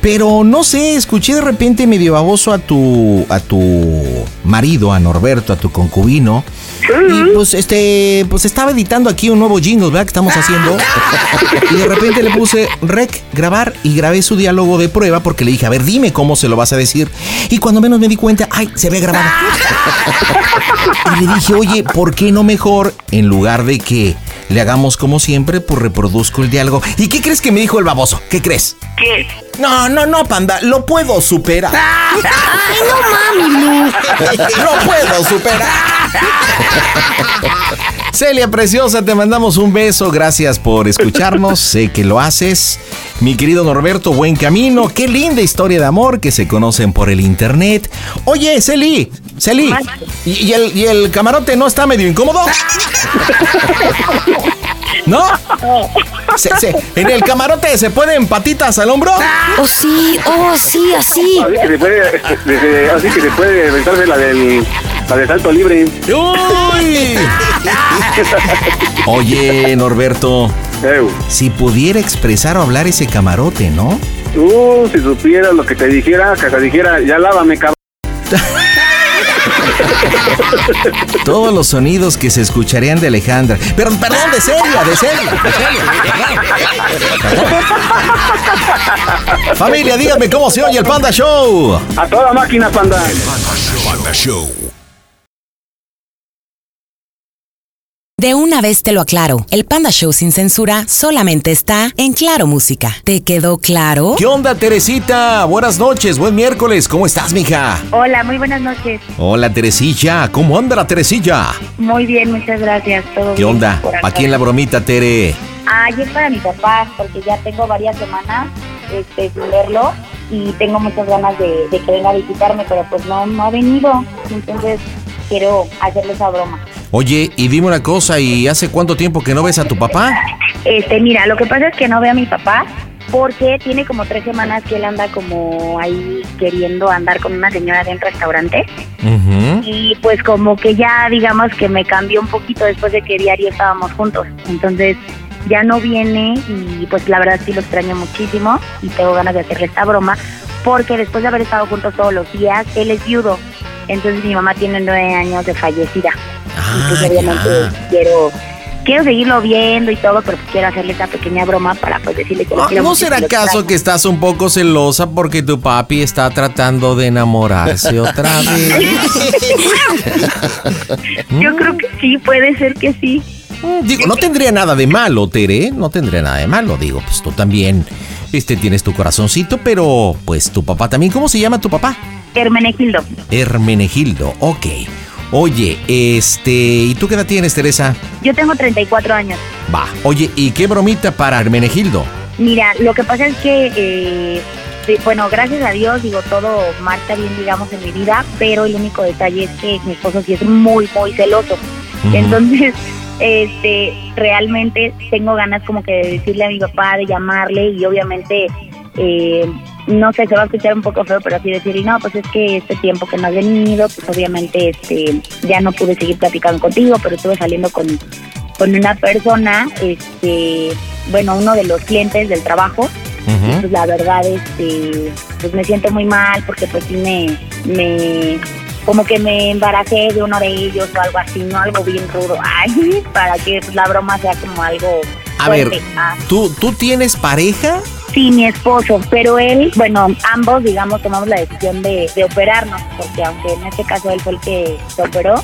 S2: Pero no sé, escuché de repente medio baboso a tu a tu marido, a Norberto, a tu concubino. Y pues este, pues estaba editando aquí un nuevo jingle, ¿verdad? Que estamos haciendo. Y de repente le puse rec, grabar y grabé su diálogo de prueba porque le dije, a ver, dime cómo se lo vas a decir. Y cuando menos me di cuenta, ay, se ve grabado. Y le dije, oye, ¿por qué no mejor, en lugar de que le hagamos como siempre, pues reproduzco el diálogo? ¿Y qué crees que me dijo el baboso? ¿Qué crees?
S7: ¿Qué?
S2: No, no, no, panda, lo puedo superar.
S9: Ay, no mami, Lu.
S2: Lo puedo superar. Celia Preciosa, te mandamos un beso. Gracias por escucharnos. sé que lo haces. Mi querido Norberto, buen camino. Qué linda historia de amor que se conocen por el internet. Oye, Celi, Celi, ¿y, y el, y el camarote no está medio incómodo? ¿No? Se- se- ¿En el camarote se ponen patitas al hombro?
S9: Oh, sí, oh, sí, así.
S3: Así que se puede, desde- así que se puede inventarse la del, la del salto libre.
S2: ¡Uy!
S7: Ah.
S2: Oye, Norberto,
S3: Eu.
S2: si pudiera expresar o hablar ese camarote, ¿no?
S3: Uh, si supieras lo que te dijera, que te dijera, ya lávame, cabrón.
S2: Todos los sonidos que se escucharían de Alejandra. Pero, perdón, de Celia, de Celia. de Celia. Perdón. Familia, díganme cómo se oye el Panda Show.
S3: A toda máquina, panda.
S5: Panda Show.
S10: De una vez te lo aclaro, el Panda Show sin censura solamente está en Claro Música. ¿Te quedó claro?
S2: ¿Qué onda, Teresita? Buenas noches, buen miércoles. ¿Cómo estás, mija?
S11: Hola, muy buenas noches.
S2: Hola, Teresilla. ¿Cómo anda la Teresilla?
S11: Muy bien, muchas gracias. Todo
S2: ¿Qué
S11: bien
S2: onda?
S11: por acá.
S2: ¿Para quién la bromita, Tere?
S11: Ah, y es para mi papá, porque ya tengo varias semanas este, sin verlo y tengo muchas ganas de, de que venga a visitarme, pero pues no, no ha venido. Entonces quiero hacerle esa broma.
S2: Oye, y dime una cosa, ¿y hace cuánto tiempo que no ves a tu papá?
S11: Este, mira, lo que pasa es que no veo a mi papá porque tiene como tres semanas que él anda como ahí queriendo andar con una señora de un restaurante. Y pues como que ya digamos que me cambió un poquito después de que diario estábamos juntos. Entonces ya no viene y pues la verdad sí lo extraño muchísimo y tengo ganas de hacerle esta broma porque después de haber estado juntos todos los días, él es viudo. Entonces mi mamá tiene nueve años de fallecida. y pues
S2: Ah,
S11: obviamente quiero, quiero seguirlo viendo y todo, pero pues quiero hacerle esta pequeña broma para pues decirle que lo
S2: No,
S11: quiero
S2: Ah, ¿no
S11: mucho y
S2: será
S11: lo
S2: caso que estás un poco celosa porque tu papi está tratando de enamorarse otra vez?
S11: Yo creo que sí, puede ser que sí.
S2: Mm, Digo, no tendría nada de malo, Tere, no tendría nada de malo. Digo, pues tú también, este, tienes tu corazoncito, pero pues tu papá también. ¿Cómo se llama tu papá?
S11: Hermenegildo,
S2: Hermenegildo, ok. Oye, este, ¿y tú qué edad tienes, Teresa?
S11: yo tengo 34 años.
S2: Va. Oye, ¿y qué bromita para Hermenegildo?
S11: Mira, lo que pasa es que, eh, sí, bueno, gracias a Dios, digo, todo marcha bien, digamos, en mi vida, pero el único detalle es que mi esposo sí es muy, muy celoso.
S7: Ujú.
S11: Entonces, este, realmente tengo ganas como que de decirle a mi papá, de llamarle y obviamente, eh, no sé, se va a escuchar un poco feo, pero así decirle, no, pues es que este tiempo que no has venido, pues obviamente, este, ya no pude seguir platicando contigo, pero estuve saliendo con con una persona, este, bueno, uno de los clientes del trabajo. Y, Pues la verdad, este, pues me siento muy mal porque pues sí me, me, como que me embaracé de uno de ellos o algo así, no algo bien rudo. Ay, para que pues, la broma sea como algo.
S2: A ver,
S11: fuerte. Ah,
S2: ¿tú, ¿tú tienes pareja?
S11: Sí, mi esposo, pero él, bueno, ambos, digamos, tomamos la decisión de, de operarnos, porque aunque en este caso él fue el que se operó,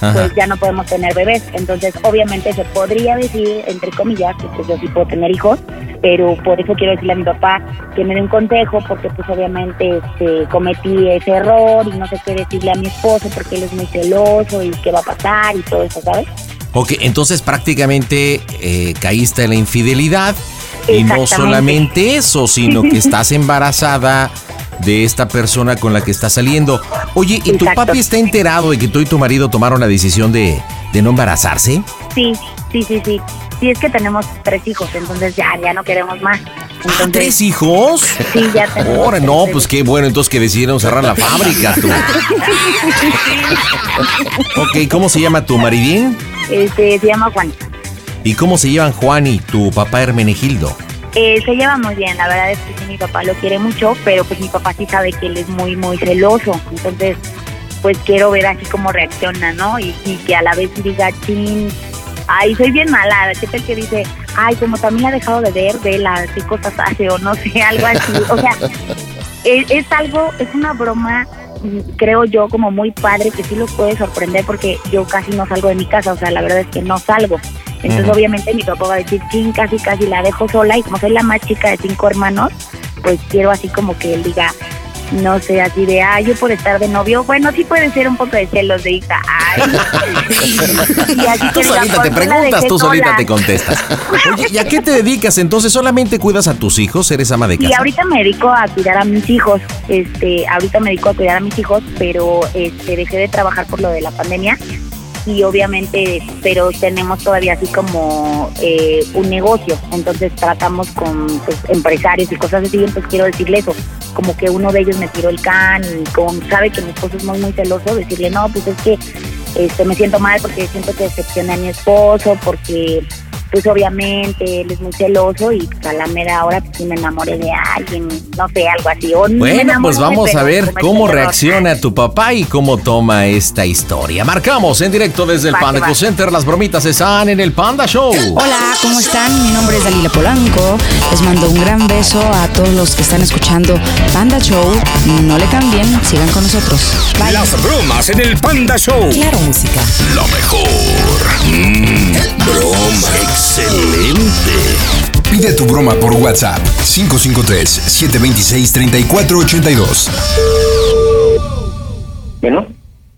S2: Ajá.
S11: pues ya no podemos tener bebés. Entonces, obviamente se podría decir, entre comillas, que pues, yo sí puedo tener hijos, pero por eso quiero decirle a mi papá que me dé un consejo, porque pues obviamente este, cometí ese error y no sé qué decirle a mi esposo porque él es muy celoso y qué va a pasar y todo eso, ¿sabes?
S2: Ok, entonces prácticamente eh, caíste en la infidelidad. Y no
S11: Exactamente.
S2: solamente eso, sino que estás embarazada de esta persona con la que estás saliendo. Oye, ¿y tu
S11: Exacto.
S2: papi está enterado de que tú y tu marido tomaron la decisión de, de no embarazarse?
S11: Sí, sí, sí, sí. Sí, es que tenemos tres hijos, entonces ya, ya no queremos más. Entonces,
S2: ¿Ah, ¿Tres hijos?
S11: Sí, ya tenemos
S2: Ahora,
S11: tres
S2: no,
S11: bebés.
S2: pues qué bueno, entonces que decidieron cerrar la fábrica. Tú. Ok, ¿cómo se llama tu maridín?
S11: Este, se llama Juan.
S2: ¿Y cómo se llevan Juan y tu papá Hermenegildo?
S11: Eh, se lleva muy bien, la verdad es que sí, mi papá lo quiere mucho, pero pues mi papá sí sabe que él es muy, muy celoso. Entonces, pues quiero ver así cómo reacciona, ¿no? Y, y que a la vez diga, chin, ay, soy bien malada. ¿Qué tal que dice, ay, como también ha dejado de ver, vela, qué cosas hace o no sé, algo así? O sea, es, es algo, es una broma, mm, creo yo, como muy padre, que sí los puede sorprender porque yo casi no salgo de mi casa, o sea, la verdad es que no salgo. Entonces,
S12: Ujú.
S11: obviamente, mi papá va a decir, sí, casi, casi la dejo sola, y como soy la más chica de cinco hermanos, pues quiero así como que él diga, no sé, así de, ah, yo por estar de novio, bueno, sí puede ser un poco de celos de hija, ay. Y así que
S2: Tú
S11: diga,
S2: solita
S11: "¿Por
S2: te
S11: qué la
S2: preguntas,
S11: dejé
S2: tú solita
S11: sola?".
S2: te contestas. Oye, ¿y a qué te dedicas? Entonces, ¿solamente cuidas a tus hijos? ¿Eres ama de
S11: Y
S2: casa?
S11: ahorita me dedico a cuidar a mis hijos. Este, ahorita me dedico a cuidar a mis hijos, pero este, dejé de trabajar por lo de la pandemia. Y obviamente, pero tenemos todavía así como eh, un negocio. Entonces tratamos con pues, empresarios y cosas así. Entonces quiero decirle eso. Como que uno de ellos me tiró el can y con, sabe que mi esposo es muy, muy celoso. Decirle, no, pues es que este, me siento mal porque siento que decepcioné a mi esposo, porque pues obviamente él es muy celoso y pues, a la mera hora pues, sí me enamoré de alguien, no sé, algo así. O ni me
S2: Bueno,
S11: enamoré,
S2: pues vamos
S11: pero
S2: a ver
S11: cometí
S2: cómo
S11: el error.
S2: reacciona tu papá y cómo toma esta historia. Marcamos en directo desde el
S6: Va, que
S2: Panda
S6: va.
S2: Call Center. Las bromitas están en el Panda Show.
S6: Hola, ¿cómo están? Mi nombre es Dalila Polanco. Les mando un gran beso a todos los que están escuchando Panda Show. No le cambien, sigan con nosotros. Bye.
S5: Las bromas en el Panda Show.
S6: Claro, música.
S5: Lo mejor. Mm, broma. Excelente.
S1: Pide tu broma por WhatsApp 553-726-3482.
S13: Bueno,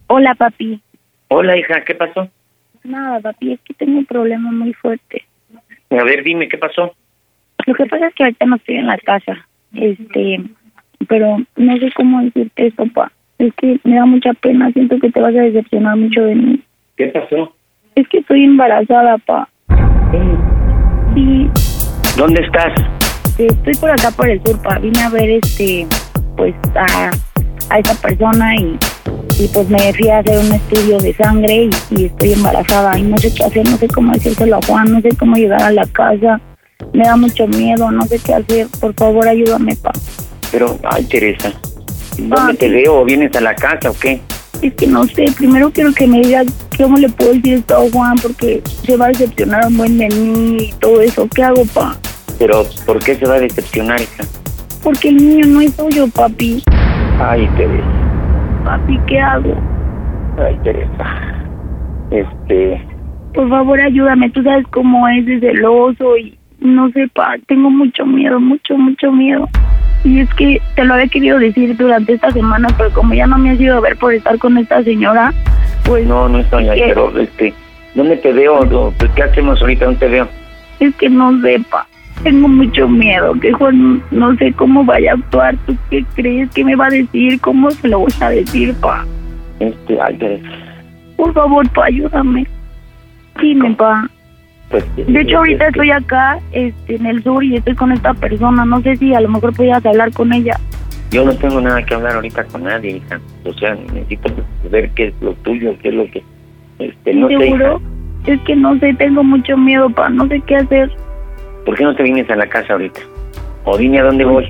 S11: Hola, papi.
S13: hola hija, ¿qué pasó?
S11: Nada, papi, es que tengo un problema muy fuerte.
S13: A ver, dime, ¿qué pasó?
S11: Lo que pasa es que ahorita no estoy en la casa, este, pero no sé cómo decirte esto, papá. Es que me da mucha pena, siento que te vas a decepcionar mucho de mí.
S13: ¿Qué pasó?
S11: Es que estoy embarazada, papá. Sí,
S13: ¿Dónde estás?
S11: este, estoy por acá por el sur, pa. Vine a ver este, pues a, a esta persona y, y pues me fui a hacer un estudio de sangre y, y estoy embarazada y no sé qué hacer, no sé cómo decírselo a Juan, no sé cómo llegar a la casa. Me da mucho miedo, no sé qué hacer. Por favor, ayúdame, pa.
S13: Pero, ay, Teresa, ¿dónde te veo? ¿O vienes a la casa o qué?
S11: Es que no sé, primero quiero que me diga cómo le puedo decir esto a Juan porque se va a decepcionar un buen de mí y todo eso. ¿Qué hago, pa?
S13: Pero, ¿por qué se va a decepcionar, hija?
S11: Porque el niño no es suyo, papi.
S13: Ay, Teresa,
S11: Papi, ¿qué hago?
S13: ay, Teresa. Este,
S11: Por favor, ayúdame. Tú sabes cómo es de celoso y no sé, pa. Tengo mucho miedo, mucho, mucho miedo. Y es que te lo había querido decir durante esta semana, pero como ya no me has ido a ver por estar con esta señora, pues
S13: no, no estoy ahí,
S11: ¿Qué?
S13: pero, este, ¿dónde te veo? ¿O ¿Qué hacemos ahorita? ¿Dónde te veo?
S11: es que no sé, pa. Tengo mucho miedo, que Juan no sé cómo vaya a actuar. ¿Tú qué crees? ¿Qué me va a decir? ¿Cómo se lo voy a decir, pa?
S13: Este, ay, Teresa,
S11: Por favor, pa, ayúdame. Dime, pa.
S13: pues...
S11: De hecho, ahorita estoy acá, este, en el sur, y estoy con esta persona. No sé si a lo mejor pudieras hablar con ella.
S13: Yo no tengo nada que hablar ahorita con nadie, hija. O sea, necesito ver qué es lo tuyo, qué es lo que... Este, no sé, hija.
S11: ¿Seguro? Es que no sé, tengo mucho miedo, pa, no sé qué hacer.
S13: ¿Por qué no te vienes a la casa ahorita? ¿O dime a dónde voy?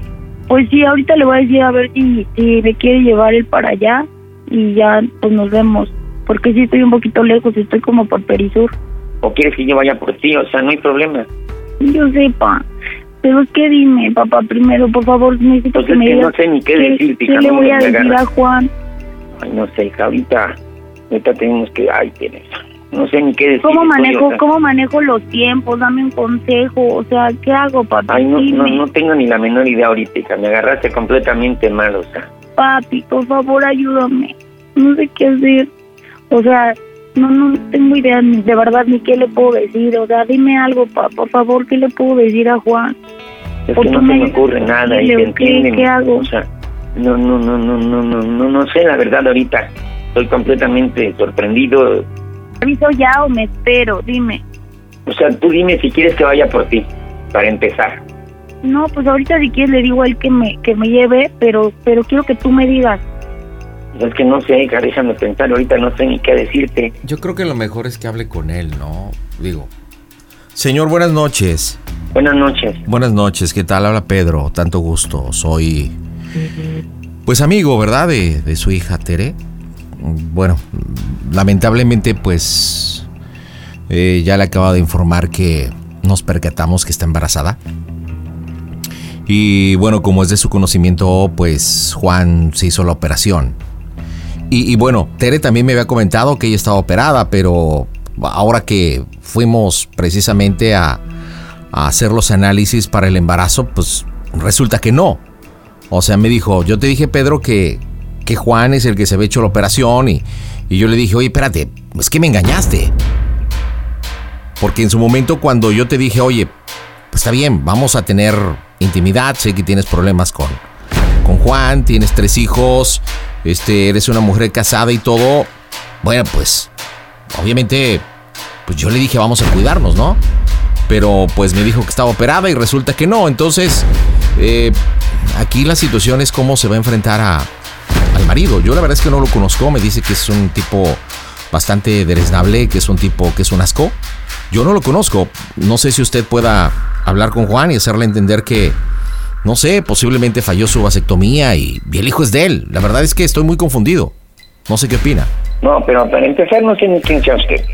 S11: Pues sí, ahorita le voy a decir a ver si, si me quiere llevar él para allá y ya, pues nos vemos. Porque sí estoy un poquito lejos, estoy como por Perisur.
S13: ¿O quieres que yo vaya por ti? O sea, no hay problema.
S11: Yo sé, pa. Pero es que dime, papá, primero, por favor, necesito
S13: Pues
S11: que
S13: es
S11: me
S13: que
S11: digas
S13: no sé ni qué decirte,
S11: ¿Qué
S13: hija,
S11: le
S13: no
S11: voy
S13: me
S11: a decir
S13: agarras.
S11: a Juan?
S13: Ay, no sé, hija, ahorita Ahorita tenemos que, ay, tienes. No sé ni qué decir.
S11: ¿Cómo manejo,
S13: Oye, o sea,
S11: ¿Cómo manejo los tiempos? Dame un consejo. O sea, ¿qué hago, papi?
S13: Ay, no, no,
S11: Dime.
S13: no tengo ni la menor idea ahorita, hija. Me agarraste completamente mal, o sea.
S11: Papi, por favor, ayúdame. No sé qué hacer. O sea, no, no tengo idea ni- de verdad ni qué le puedo decir. O sea, dime algo, pa, por favor, ¿qué le puedo decir a Juan?
S13: Es
S11: O
S13: que
S11: tú
S13: no se me
S11: me ayudas
S13: ocurre nada, hija,
S11: dile, ¿o qué?
S13: entiéndeme.
S11: ¿Qué hago?
S13: O sea, no, no, no, no, no, no, no, no sé la verdad ahorita. Estoy completamente sorprendido.
S11: ¿Aviso ya o me espero? Dime.
S13: O sea, tú dime si quieres que vaya por ti, para empezar.
S11: No, pues ahorita si quieres le digo a él que me, que me lleve, pero, pero quiero que tú me digas.
S13: Es que no sé, hija, déjame pensar, ahorita no sé ni qué decirte.
S2: Yo creo que lo mejor es que hable con él, ¿no? Digo. Señor, buenas noches.
S13: Buenas noches.
S2: Buenas noches, ¿qué tal? Habla Pedro, tanto gusto. Soy, pues amigo, ¿verdad? De, de su hija Tere. Bueno, lamentablemente, pues, eh, ya le acabo de informar que nos percatamos que está embarazada. Y bueno, como es de su conocimiento, pues Juan se hizo la operación. Y, y bueno, Tere también me había comentado que ella estaba operada, pero ahora que fuimos precisamente a, a hacer los análisis para el embarazo, pues resulta que no. O sea, me dijo, yo te dije, Pedro, que, que Juan es el que se había hecho la operación y, y yo le dije, oye, espérate, es que me engañaste. Porque en su momento cuando yo te dije, oye, pues está bien, vamos a tener intimidad, sé que tienes problemas con, con Juan, tienes tres hijos, este, eres una mujer casada y todo. Bueno, pues, obviamente, pues yo le dije, vamos a cuidarnos, ¿no? Pero pues me dijo que estaba operada y resulta que no. Entonces, eh, aquí la situación es cómo se va a enfrentar a, al marido. Yo la verdad es que no lo conozco, me dice que es un tipo bastante dereznable, que es un tipo que es un asco. Yo no lo conozco. No sé si usted pueda hablar con Juan y hacerle entender que, no sé, posiblemente falló su vasectomía y, y el hijo es de él. La verdad es que estoy muy confundido. No sé qué opina.
S13: No, pero para empezar no sé ni quién sea usted.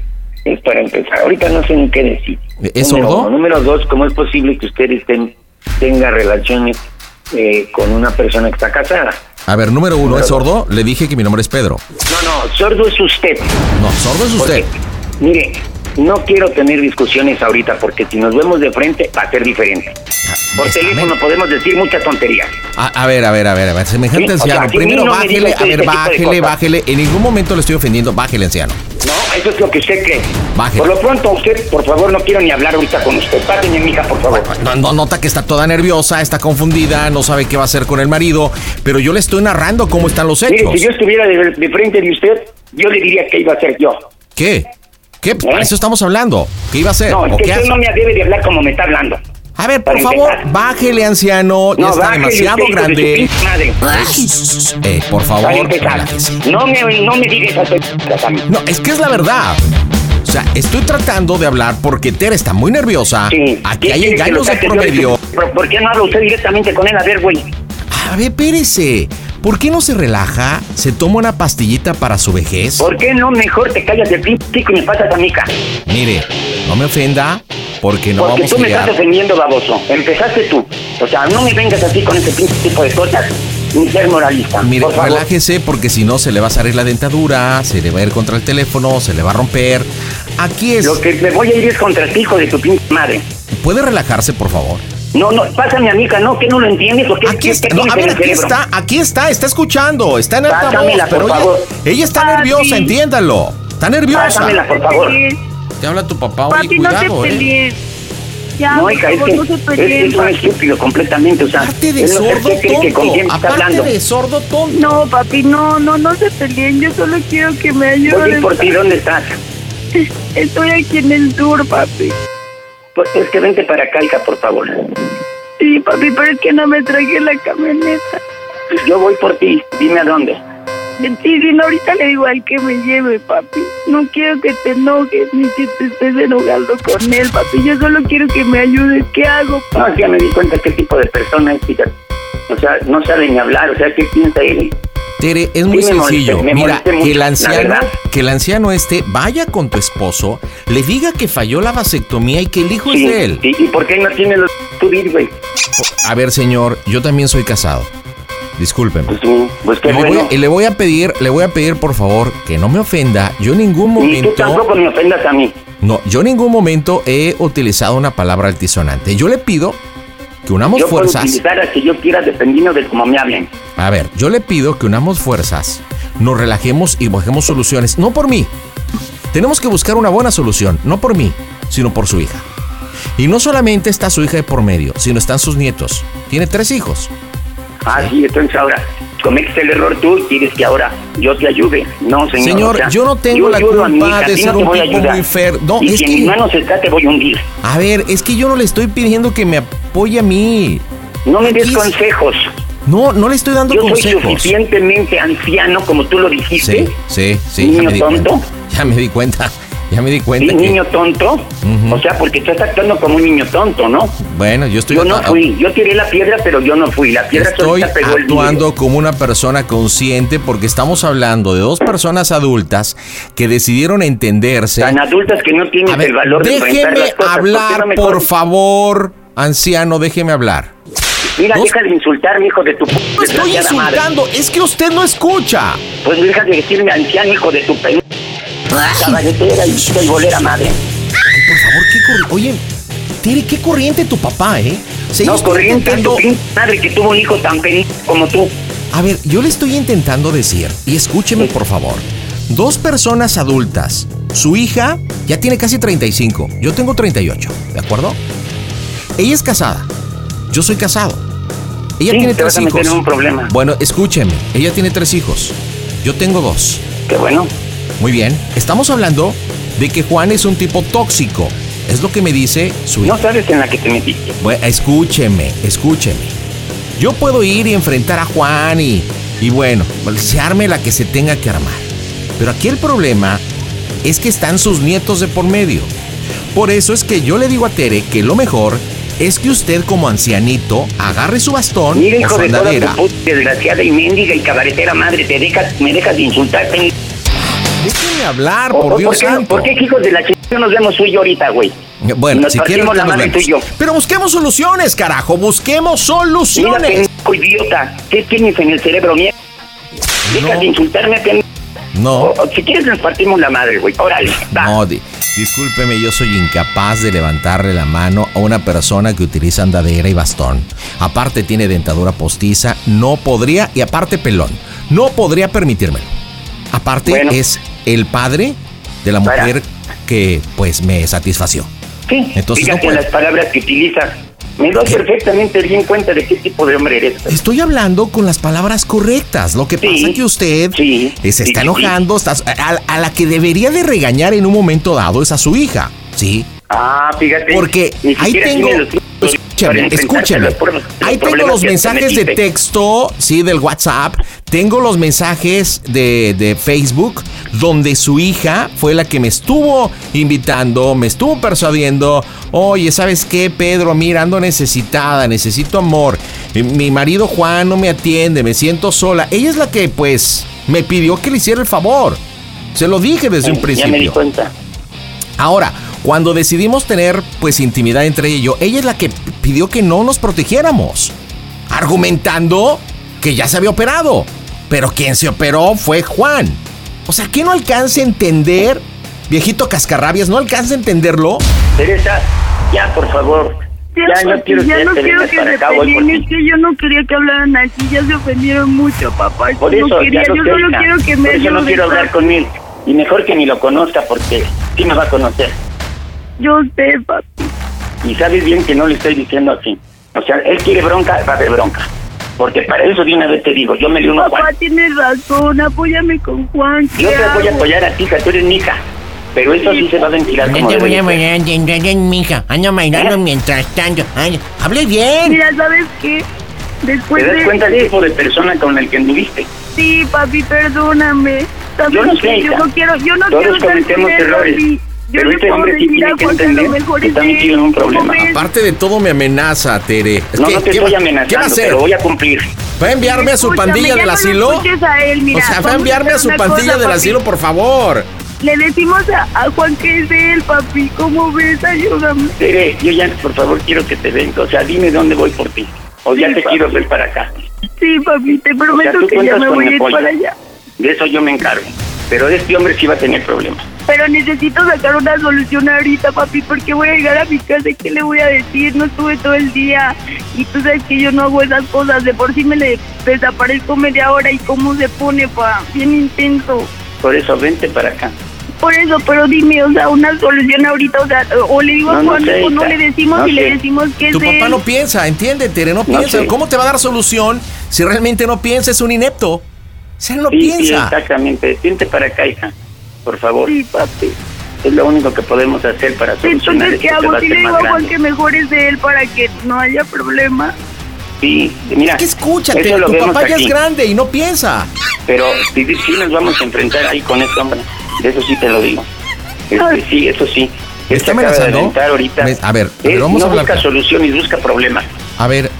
S13: Es para empezar. Ahorita no sé ni qué decir.
S2: ¿E-, ¿Es
S13: número
S2: sordo?
S13: uno. Número dos, ¿cómo es posible que usted estén, tenga relaciones eh, con una persona que está casada?
S2: A ver, número uno, ¿es sordo? Le dije que mi nombre es Pedro.
S13: No, no, sordo es usted.
S2: No, sordo es usted.
S13: Mire, no quiero tener discusiones ahorita porque si nos vemos de frente va a ser diferente. Por teléfono podemos decir muchas tonterías.
S2: A, a ver, a ver, a ver, a ver, semejante
S13: Sí, o sea,
S2: anciano.
S13: aquí
S2: Primero
S13: no me diga
S2: bájele, a
S13: usted
S2: ver,
S13: este tipo de
S2: bájele,
S13: cosas.
S2: bájele. En ningún momento le estoy ofendiendo. Bájele, anciano.
S13: No, eso es lo que usted cree.
S2: Bájele.
S13: Por lo pronto, usted, por favor, no quiero ni hablar ahorita con usted. Pásenme, mija, por favor.
S2: No, no, nota que está toda nerviosa, está confundida, no sabe qué va a hacer con el marido, pero yo le estoy narrando cómo están los
S13: Mire,
S2: hechos.
S13: si yo estuviera de, de frente de usted, yo le diría que iba a ser yo.
S2: ¿Qué? ¿Qué? Para eso estamos hablando. ¿Qué iba a hacer?
S13: ¿Eh? No,
S2: ¿O
S13: es que
S2: qué
S13: usted
S2: hace?
S13: no me debe de hablar como me está hablando.
S2: A ver,
S13: Para
S2: por favor,
S13: empezar.
S2: bájele, anciano. ya
S13: No,
S2: está
S13: bájele
S2: demasiado
S13: usted, hijo de su
S2: grande.
S13: pinche madre.
S2: Eh, por
S13: Para
S2: favor,
S13: empezar,
S2: relájese.
S13: no me, no me diga esas cosas a mí.
S2: No, es que es la verdad. O sea, estoy tratando de hablar porque Ter está muy nerviosa. Aquí
S13: ¿Qué
S2: hay
S13: quiere que
S2: engaños
S13: lo
S2: de
S13: saque yo
S2: por medio.
S13: su- ¿Pero ¿Por qué no habla usted directamente con él? A ver, güey.
S2: A ver, espérese. ¿Por qué no se relaja? ¿Se toma una pastillita para su vejez?
S13: ¿Por qué no mejor te callas del pinche chico y me pasas a mica?
S2: Mire, no me ofenda porque no
S13: Porque
S2: vamos a
S13: tú me estás
S2: pelear.
S13: defendiendo, baboso. Empezaste tú. O sea, no me vengas así con ese pinche tipo de cosas. Ni ser moralista.
S2: Mire,
S13: por favor.
S2: relájese porque si no se le va a salir la dentadura, se le va a ir contra el teléfono, se le va a romper. Aquí es.
S13: Lo que me voy a ir es contra ti, hijo de tu pinche madre.
S2: ¿Puede relajarse, por favor?
S13: No, no, pásame a mica, no, que no lo entiendes. ¿O qué,
S2: Aquí
S13: qué-
S2: está,
S13: qué
S2: no,
S13: tienes
S2: a
S13: en
S2: ver,
S13: el
S2: aquí
S13: cerebro?
S2: está, aquí está, está escuchando, está en altavoz,
S13: Pásamela,
S2: pero
S13: por
S2: ella,
S13: favor. Ah,
S2: ella está nerviosa, entiéndalo. Está nerviosa.
S13: Pásamela, por favor.
S2: Te habla tu papá, oye,
S11: Papi, no
S2: cuidado,
S11: te
S2: eh.
S11: pelees. Ya,
S13: No,
S11: por
S13: hija, es
S11: favor,
S13: que
S11: no se
S13: es,
S11: peleen,
S13: es un
S11: papi.
S13: estúpido completamente. O sea,
S11: Aparte de
S13: él no sé
S11: sordo
S13: qué cree que con
S11: tonto,
S13: quién está
S11: aparte
S13: hablando.
S11: de
S2: sordo tonto.
S11: No, papi, no, no, no se peleen. Yo solo quiero que me
S13: Voy a ir
S11: ayuden.
S13: por ti, ¿dónde estás?
S11: Estoy aquí en el sur, papi.
S13: Pues es que vente para acá, hija, por favor.
S11: Sí, papi, pero es que no me traje la camioneta.
S13: Yo voy por ti, dime a dónde.
S11: Sí, sí, no, ahorita le digo al que me lleve, papi. No quiero que te enojes ni que te estés enojando con él, papi. Yo solo quiero que me ayudes. ¿Qué hago,
S13: No,
S11: papi?
S13: ya me di cuenta qué tipo de persona es, hija. O sea, no sabe ni hablar, o sea, ¿qué piensa él?
S2: Tere, es muy
S13: Sí, me
S2: sencillo.
S13: molesté, me
S2: Mira,
S13: molesté
S2: que
S13: mucho,
S2: el
S13: la
S2: anciano,
S13: verdad.
S2: que el anciano este vaya con tu esposo, le diga que falló la vasectomía y que el hijo
S13: Sí,
S2: es de él.
S13: ¿Y, y por qué no tiene los tu güey?
S2: A ver, señor, yo también soy casado.
S14: Discúlpeme.
S11: Pues qué
S2: Le voy,
S11: bueno.
S2: y le voy a pedir, le voy a pedir por favor que no me ofenda. Yo en ningún
S11: Y tú
S2: momento,
S11: tampoco me ofendas a mí.
S2: no, yo en ningún momento he utilizado una palabra altisonante. Yo le pido que unamos
S11: Yo puedo
S2: fuerzas.
S11: utilizar a que yo quiera dependiendo de cómo me hablen.
S2: A ver, yo le pido que unamos fuerzas, nos relajemos y busquemos soluciones. No por mí. Tenemos que buscar una buena solución, no por mí, sino por su hija. Y no solamente está su hija de por medio, sino están sus nietos. Tiene tres hijos.
S11: Ah, sí, entonces ahora cometiste el error tú y quieres que ahora yo te ayude. No, señor.
S2: Señor,
S11: o sea,
S2: yo no tengo la
S11: ayudo a mi
S2: culpa
S11: hija, a
S2: de
S11: ti
S2: ser
S11: no te
S2: un
S11: voy a
S2: tipo
S11: ayudar.
S2: muy fer- no,
S11: y
S2: es
S11: si en
S2: que-
S11: mis manos está, te voy a hundir.
S2: A ver, es que yo no le estoy pidiendo que me apoye a mí.
S11: No me des
S2: Aquí es-
S11: consejos.
S2: No, no le estoy dando
S11: Yo
S2: consejos.
S11: soy suficientemente anciano, como tú lo dijiste.
S2: Sí, sí, sí. ya
S11: Niño
S2: me di
S11: tonto.
S2: cuenta. Ya me di cuenta. Ya me di
S11: Sí,
S2: cuenta. que-
S11: niño tonto.
S2: Ujú.
S11: O sea, porque tú estás actuando como un niño tonto, ¿no?
S2: Bueno, yo estoy
S11: Yo no
S2: acá-
S11: fui. Yo tiré la piedra, pero yo no fui. La piedra
S2: Estoy
S11: solita pegó el vidrio.
S2: actuando como una persona consciente porque estamos hablando de dos personas adultas que decidieron entenderse.
S11: Tan adultas que no tienen el valor de enfrentar
S2: Déjeme
S11: las cosas. ¿Por qué
S2: hablar,
S11: no me
S2: por
S11: corres?
S2: favor, anciano, déjeme hablar.
S11: Mira, deja de insultarme, hijo de tu p-
S2: estoy
S11: desgraciada madre.
S2: insultando, es que usted no escucha.
S11: Pues deja de decirme anciano, hijo de tu p... Cabaretera y y bolera madre.
S2: Por favor, qué corri- Oye, tiene qué corriente tu papá, ¿eh? O sea, yo
S11: No,
S2: estoy
S11: corriente a tu
S2: intentando-
S11: p- madre que tuvo un hijo tan feliz como tú.
S2: A ver, yo le estoy intentando decir, y escúcheme por favor, dos personas adultas, su hija ya tiene casi 35, yo tengo 38, ¿de acuerdo? Ella es casada, yo soy casado, ella
S11: Sí,
S2: tiene
S11: te vas
S2: tres
S11: a meter
S2: hijos.
S11: en un problema.
S2: Bueno, escúcheme, ella tiene tres hijos, yo tengo dos.
S11: Qué bueno.
S2: Muy bien, estamos hablando de que Juan es un tipo tóxico, es lo que me dice su hija.
S11: No sabes en la que te metiste.
S2: Bueno, escúcheme, escúcheme. Yo puedo ir y enfrentar a Juan y, y bueno, se arme la que se tenga que armar. Pero aquí el problema es que están sus nietos de por medio. Por eso es que yo le digo a Tere que lo mejor es que usted como ancianito agarre su bastón
S11: Mira,
S2: o
S11: hijo
S2: su
S11: de toda
S2: andadera.
S11: tu puta desgraciada y mendiga y cabaretera madre, te dejas, me dejas de insultar. pen-
S2: Déjeme hablar,
S11: O-
S2: por
S11: o
S2: Dios
S11: ¿por qué,
S2: santo.
S11: ¿Por qué, hijos de la chingada nos vemos tú y yo ahorita, güey?
S2: Bueno,
S11: Nos
S2: si quiere
S11: partimos la
S2: ahorita nos
S11: madre tú y yo.
S2: vemos. Pero busquemos soluciones, carajo, busquemos
S11: Mira,
S2: soluciones.
S11: pendejo idiota, ¿qué tienes en el cerebro, mierda? Deja de insultarme, pendejo.
S2: No.
S11: O- Si quieres nos partimos la madre, güey. Órale.
S2: No, di- discúlpeme, yo soy incapaz de levantarle la mano a una persona que utiliza andadera y bastón. Aparte tiene dentadura postiza, no podría, y aparte pelón, no podría permitírmelo. Aparte es el padre de la mujer que pues me satisfació.
S11: Sí,
S2: Entonces no
S11: fíjate en
S2: puede.
S11: las palabras que utilizas. Me doy perfectamente bien cuenta de qué tipo de hombre eres.
S2: Estoy hablando con las palabras correctas. Lo que pasa es que usted eh, se
S11: sí,
S2: está
S11: sí,
S2: enojando. está- a- a la que debería de regañar en un momento dado es a su hija. Sí,
S11: Ah, fíjate.
S2: Porque
S11: ni
S2: ahí
S11: siquiera
S2: tengo.
S11: tienes los- para
S2: Escúchame,
S11: enfrentarte
S2: escúchame.
S11: los problemas- los
S2: Ahí tengo
S11: problemas
S2: los
S11: que te
S2: mensajes de
S11: metiste.
S2: texto, sí, del WhatsApp. Tengo los mensajes de, de Facebook, donde su hija fue la que me estuvo invitando, me estuvo persuadiendo. Oye, ¿sabes qué, Pedro? Mira, ando necesitada, necesito amor. Mi- Mi marido Juan no me atiende, me siento sola. Ella es la que, pues, me pidió que le hiciera el favor. Se lo dije desde un principio.
S11: Ya me di cuenta.
S2: Ahora, cuando decidimos tener pues intimidad entre ella y yo, ella es la que p- pidió que no nos protegiéramos, argumentando que ya se había operado. Pero quien se operó fue Juan. O sea, ¿qué no alcanza a entender? Viejito cascarrabias, ¿no alcanza a entenderlo?
S11: Teresa, ya, por favor. Ya no quiero
S7: pues, ya
S11: que
S7: no
S11: te
S7: quiero
S11: vengas
S7: que
S11: para
S7: se
S11: acá, güey,
S7: peleen,
S11: porque
S7: es que yo no quería que hablaran así, ya se ofendieron mucho, papá.
S11: Por
S7: yo
S11: eso,
S7: no quería,
S11: ya lo
S7: yo
S11: sé,
S7: solo
S11: hija.
S7: quiero que
S11: Por
S7: me
S11: eso no
S7: ayudes.
S11: quiero hablar con él. Y mejor que ni lo conozca, porque sí me va a conocer.
S7: Yo sé, papi.
S11: Y sabes bien que no le estoy diciendo así. O sea, él quiere bronca, va a haber bronca. Porque para eso de una vez te digo, yo me di uno a Juan.
S7: Papá, tienes razón, apóyame con Juan. ¿qué
S11: Yo te voy a
S7: hago?
S11: apoyar a ti, hija, tú eres mi hija. Pero eso sí se va a ventilar como
S2: Este
S11: debe de ser.
S2: mija. Ando
S11: ¿Eh?
S2: bailando mientras tanto. hable bien.
S7: Mira, ¿sabes qué? Después
S11: ¿Te das
S7: de...
S11: cuenta del tipo de persona con el que anduviste?
S7: Pues Sí, papi, perdóname. ¿Sabes
S11: Yo no sé,
S7: qué? yo
S11: hija.
S7: no quiero, yo no
S11: Todos
S7: quiero estar
S11: cometemos
S7: con él,
S11: errores.
S7: papi. Yo
S11: Pero
S7: no
S11: este
S7: puedo
S11: hombre sí
S7: decir a
S11: tiene que
S7: Juan que lo
S11: entender
S7: mejor
S11: que
S7: es
S11: también
S7: él.
S11: tiene un
S7: ¿Cómo
S11: problema.
S7: ves?
S2: Aparte de todo me amenaza, Tere. Es
S11: no,
S2: que,
S11: no
S2: ¿qué va-
S11: te estoy
S2: ¿Qué va a
S11: amenazando,
S2: hacer?
S11: pero voy a cumplir.
S2: ¿Va a enviarme a su
S7: Escúchame,
S2: pandilla
S7: ya
S2: del
S7: no lo
S2: asilo?
S7: escuches a él, mira.
S2: o sea, va
S7: Vamos
S2: a
S7: a
S2: enviarme a
S7: hacer
S2: su
S7: una
S2: pandilla
S7: cosa,
S2: del
S7: papi.
S2: asilo, por favor.
S7: Le decimos a, a Juan que es de él, papi. ¿Cómo ves? Ayúdame.
S11: Tere, yo ya, por favor, quiero que te vengas. O sea, dime dónde voy por ti. O ya te quiero ver para acá.
S7: Sí, papi, te prometo
S3: tú
S7: que ya
S3: cuentas
S7: me
S3: con
S7: voy
S3: mi
S7: a ir
S3: apoyo.
S7: para allá.
S3: De eso yo me encargo. Pero de este hombre sí va a tener problemas.
S7: Pero necesito sacar una solución ahorita, papi, porque voy a llegar a mi casa y qué le voy a decir. No estuve todo el día y tú sabes que yo no hago esas cosas. De por sí me le desaparezco media hora y cómo se pone, pa. Bien intenso.
S3: Por eso vente para acá.
S7: Por eso, pero dime, o sea, una solución ahorita, o sea, o le digo
S3: No,
S7: a
S3: no
S7: Juan
S3: sé,
S7: o no
S3: hija.
S7: le decimos
S3: No
S7: y le
S3: sé.
S7: decimos que
S2: Tu
S7: es
S2: papá
S7: él.
S2: no piensa, entiende, Tere, no
S3: No
S2: piensa.
S3: sé.
S2: ¿Cómo te va a dar solución si realmente no piensa? Es un inepto. O sea, él no
S3: Sí, sí,
S2: piensa.
S3: exactamente. Vente para acá, hija. Por favor.
S7: Sí, papi.
S3: Es lo único que podemos hacer para solucionar
S7: Entonces, ¿qué
S3: esto que va
S7: hago?
S3: a
S7: Si
S3: ser
S7: le digo
S3: más
S7: a Juan
S3: grande.
S7: que mejor es de él para que no haya problema.
S3: Sí, mira.
S2: Es que escúchate,
S3: eso lo
S2: tu
S3: vemos
S2: papá ya
S3: aquí.
S2: es grande y no piensa.
S3: Pero sí, sí, sí nos vamos a enfrentar ahí con este hombre. De eso sí te lo digo. Este, sí, eso sí. Este
S2: ¿Me está amenazando?
S3: aventar ahorita.
S2: Me- a ver, a ver,
S3: Él
S2: vamos
S3: no
S2: a hablar.
S3: busca soluciones, busca problemas.
S2: A ver,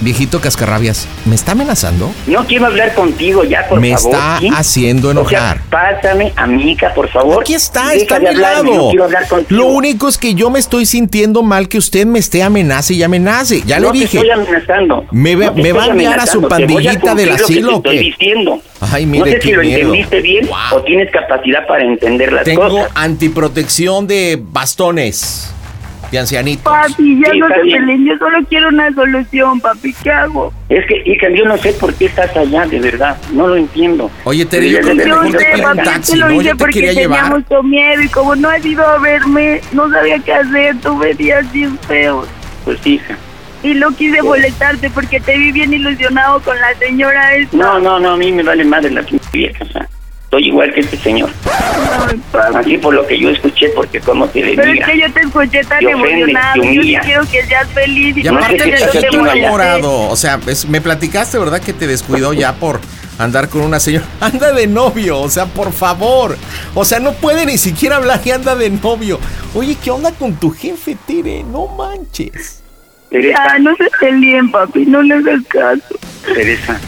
S2: viejito cascarrabias, ¿me está amenazando?
S3: No quiero hablar contigo ya, por
S2: Me
S3: favor.
S2: está
S3: ¿sí?
S2: haciendo
S3: O sea,
S2: enojar.
S3: pásame a mi hija, por favor.
S2: Aquí está,
S3: Deja
S2: está a
S3: de
S2: mi
S3: hablarme,
S2: lado.
S3: No quiero hablar contigo.
S2: Lo único es que yo me estoy sintiendo mal que usted me esté amenace y amenace. Ya
S3: no
S2: le dije.
S3: Te estoy amenazando.
S2: Me ve-
S3: No te
S2: me va
S3: estoy
S2: a enviar a su
S3: amenazando, te voy a
S2: pandillita del
S3: cumplir lo que
S2: asilo,
S3: te
S2: ¿o qué?
S3: estoy diciendo.
S2: Ay, mire,
S3: no sé
S2: qué
S3: si lo
S2: miedo.
S3: entendiste bien o tienes capacidad para entender las
S2: Tengo
S3: cosas.
S2: antiprotección de bastones de ancianito.
S7: Papi, ya
S3: Sí,
S7: no
S3: está
S7: se
S3: bien.
S7: peleen, yo solo quiero una solución, papi, ¿qué hago?
S3: Es que, hija, yo no sé por qué estás allá, de verdad. No lo entiendo.
S2: Oye, Tere, yo creo
S3: Deberías
S2: que
S3: de tener
S2: mejor
S3: mucho
S2: te pido un
S3: cuidado.
S7: Te
S2: taxi,
S7: lo
S2: ¿no?
S7: hice
S2: Yo te
S7: porque
S2: quería llevar.
S7: teníamos con miedo y como no has ido a verme, no sabía qué hacer, tú me días bien feo.
S3: Pues, hija.
S7: Y no quise molestarte porque te vi bien ilusionado con la señora esta.
S3: No, no, no, a mí me vale madre la pinche vieja. o sea, Soy igual que este señor.
S7: Ay,
S3: Así por lo que yo escuché, porque como te le
S7: Pero
S3: diga.
S7: es que yo te escuché tan
S3: Te ofende,
S7: emocionado.
S3: te
S7: Yo sí
S3: humilla.
S7: quiero que seas feliz y
S2: Y
S7: no
S2: aparte
S7: te
S2: que
S7: quiero
S2: estás
S7: que moleste.
S2: enamorado. O sea, es- me platicaste, ¿verdad? Que te descuidó ya por andar con una señora. Anda de novio, o sea, por favor. O sea, no puede ni siquiera hablar y anda de novio. Oye, ¿qué onda con tu jefe, Tere? No manches.
S3: Teresa,
S7: Ya, Ah, no se peleen, papi, no le hagas caso.
S3: Teresa,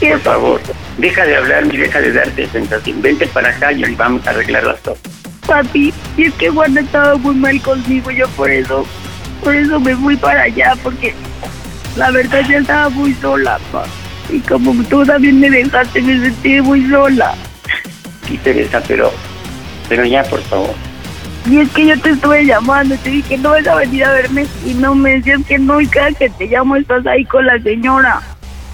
S7: ¿Qué?
S3: por favor, deja de hablarme y deja de darte sensación. Vente para acá y ahí vamos a arreglar las cosas.
S7: Papi, y es que Juan ha estado muy mal conmigo, yo por eso, por eso me fui para allá, porque la verdad ya estaba muy sola, pa. Y como tú también me dejaste, me sentí muy sola.
S3: Sí, Teresa, pero, pero ya, por favor.
S7: Y es que yo te estuve llamando, te dije, no vas a venir a verme, y no me decías que no, y cada que te llamo estás ahí con la señora.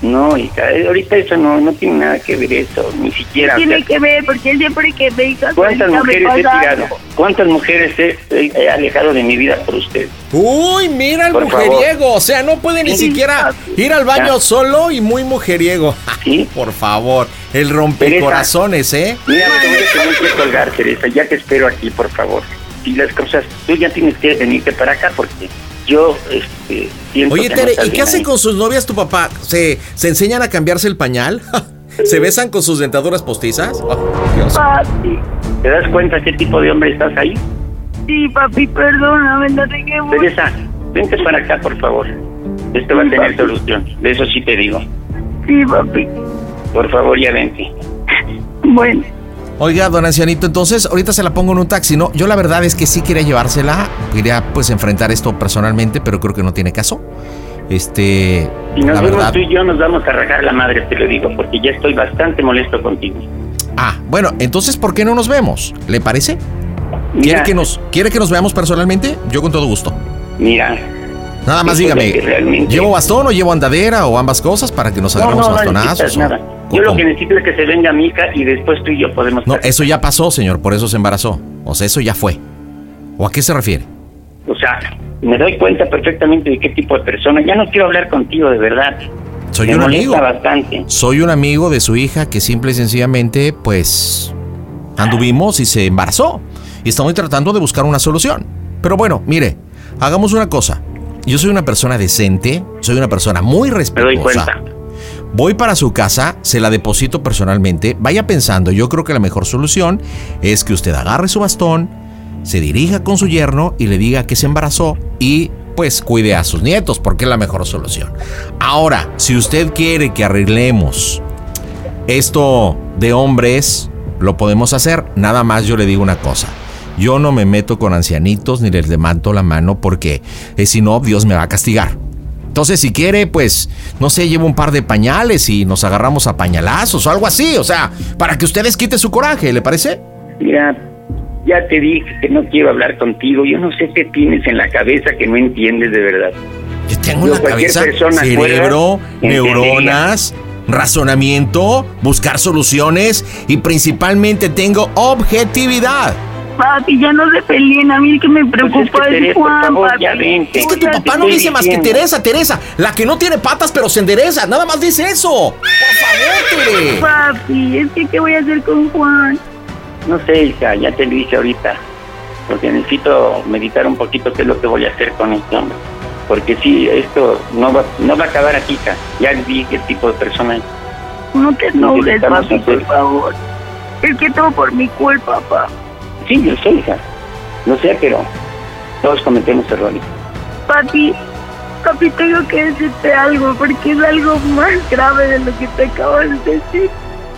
S3: No, hija, eh, ahorita eso no, no tiene nada que ver eso, ni siquiera. o
S7: Tiene
S3: sea,
S7: que ver, porque él siempre que me digas,
S3: ¿Cuántas
S7: "Ahorita me
S3: mujeres he
S7: pasa
S3: tirado?
S7: algo".
S3: ¿Cuántas mujeres he, he- he alejado de mi vida por usted?
S2: Uy, mira el
S3: Por
S2: mujeriego. O sea, no puede ni
S3: Sí.
S2: siquiera ir al baño
S3: Ya.
S2: solo y muy mujeriego.
S3: Sí.
S2: Por favor, el rompecorazones, ¿eh?
S3: Mira, me voy a tener que colgar, Teresa, ya te espero aquí, por favor. Y las cosas, tú ya tienes que venirte para acá porque yo este, siento
S2: Oye,
S3: que no ¿eh?
S2: Tere,
S3: estás
S2: ¿y qué
S3: bien
S2: hacen
S3: ahí.
S2: con sus novias tu papá? ¿Se, se enseñan a cambiarse el pañal? ¿Se besan con sus dentaduras postizas? Oh, Dios.
S7: Papi,
S3: ¿Te das cuenta qué tipo de hombre estás ahí?
S7: sí, papi, perdóname, no te quemo.
S3: Teresa, vente para acá, por favor. Esto va a tener solución, de eso sí te digo.
S7: Sí, papi,
S3: Por favor, ya vente.
S7: bueno.
S2: Oiga, don Ancianito, entonces ahorita se la pongo en un taxi, ¿no? Yo la verdad es que sí quería llevársela, quería pues enfrentar esto personalmente, pero creo que no tiene caso. Este,
S3: Si nos
S2: la
S3: vemos
S2: verdad.
S3: tú y yo, nos vamos a rajar la madre, te lo digo, porque ya estoy bastante molesto contigo.
S2: Ah, bueno, entonces ¿por qué no nos vemos? ¿Le parece? ¿Quiere
S3: Mira.
S2: que nos, quiere que nos veamos personalmente? Yo con todo gusto.
S3: Mira,
S2: Nada más
S3: Eso es lo
S2: dígame,
S3: que realmente-
S2: ¿llevo bastón o llevo andadera o ambas cosas para que nos
S3: no,
S2: agarremos
S3: no,
S2: a
S3: no
S2: bastonazos?
S3: necesitas
S2: o-
S3: nada. Yo lo que necesito es que se venga mi hija y después tú y yo podemos...
S2: No, eso ya pasó, señor, por eso se embarazó. O sea, eso ya fue. ¿O a qué se refiere?
S3: O sea, me doy cuenta perfectamente de qué tipo de persona. Ya no quiero hablar contigo, de verdad.
S2: Soy
S3: me
S2: un
S3: molesta
S2: amigo.
S3: bastante.
S2: Soy un amigo de su hija que simple y sencillamente, pues, anduvimos y se embarazó. Y estamos tratando de buscar una solución. Pero bueno, mire, hagamos una cosa. Yo soy una persona decente, soy una persona muy
S3: Me
S2: respetuosa.
S3: doy cuenta.
S2: Voy para su casa, se la deposito personalmente. Vaya pensando, yo creo que la mejor solución es que usted agarre su bastón, se dirija con su yerno y le diga que se embarazó y pues cuide a sus nietos, porque es la mejor solución. Ahora, si usted quiere que arreglemos esto de hombres, lo podemos hacer. Nada más yo le digo una cosa. Yo no me meto con ancianitos ni les levanto la mano porque eh, si no, Dios me va a castigar. Entonces, si quiere, pues, no sé, llevo un par de pañales y nos agarramos a pañalazos o algo así. O sea, para que ustedes quiten su coraje, ¿le parece?
S3: Mira, ya te dije que no quiero hablar contigo. Yo no sé qué tienes en la cabeza que no entiendes de verdad.
S2: Yo tengo
S3: Yo,
S2: una
S3: cualquier
S2: cabeza,
S3: persona fuera,
S2: cerebro,
S3: entendería.
S2: neuronas, razonamiento, buscar soluciones y principalmente tengo objetividad.
S11: Papi, ya no se peleen, a mí el que
S3: Pues
S11: me preocupa es, Juan, papi.
S2: Es que tu papá no dice más que Teresa, Teresa, la que no tiene patas pero se endereza, nada más dice eso. Por favor, Tere.
S11: Papi, es que ¿qué voy a hacer con Juan?
S3: No sé, hija, ya te lo dije ahorita. Porque necesito meditar un poquito qué es lo que voy a hacer con este hombre. Porque sí, esto no va, no va a acabar aquí, hija. Ya vi qué tipo de persona es.
S11: No te
S3: No,
S11: enojes,
S3: estamos
S11: papi, por
S3: nosotros.
S11: favor. Es que todo por mi culpa, papá.
S3: Sí, yo sé, hija. Lo sé, pero todos cometemos errores.
S11: Papi, papi, tengo que decirte algo, porque es algo más grave de lo que te acabo de decir.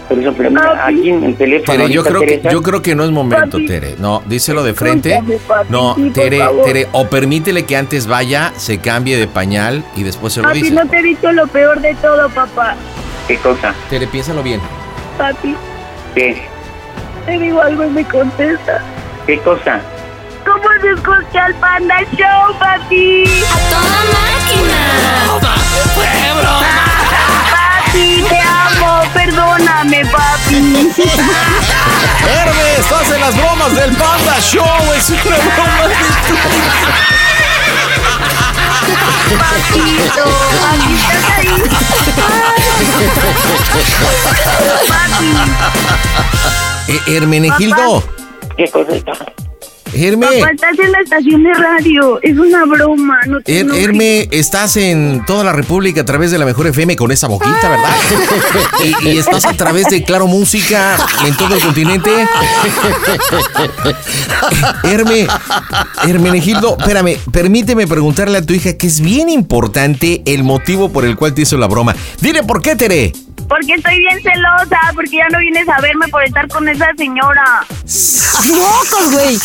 S3: Por eso, pero mira, aquí en el teléfono...
S2: Tere, yo
S3: ahorita,
S2: creo que
S3: Teresa,
S2: yo creo que no es momento,
S3: Papi.
S2: Tere. No, díselo de frente.
S3: Escúchame, papi,
S2: No,
S3: sí, por
S2: Tere,
S3: favor.
S2: Tere, o permítele que antes vaya, se cambie de pañal y después se lo
S11: Papi,
S2: dice.
S11: no te he dicho lo peor de todo, papá.
S3: ¿Qué cosa?
S2: Tere, piénsalo bien.
S11: Papi,
S3: ¿Qué?
S11: te digo algo y me contesta.
S3: ¿Qué cosa?
S11: ¿Cómo se escucha el Panda Show, papi? A toda máquina. Papi, te amo, perdóname, papi.
S2: Hermes, hace las bromas del Panda Show, es una broma
S11: Papito, papi, ¿estás ahí?
S2: Eh, Hermenegildo.
S3: ¿Qué cosa está?
S2: Herme,
S11: Papá, estás en la estación de radio. Es una broma, no te
S2: Her-
S11: enojes.
S2: Er, Herme, estás en toda la República a través de la Mejor FM con esa boquita, ¿verdad? y, y estás a través de Claro Música en todo el continente. Herme, Hermenegildo, espérame, permíteme preguntarle a tu hija que es bien importante el motivo por el cual te hizo la broma. Dile por qué, Tere.
S11: Porque estoy bien celosa, porque ya no vienes a verme por estar con esa señora.
S15: ¡Locos, güey!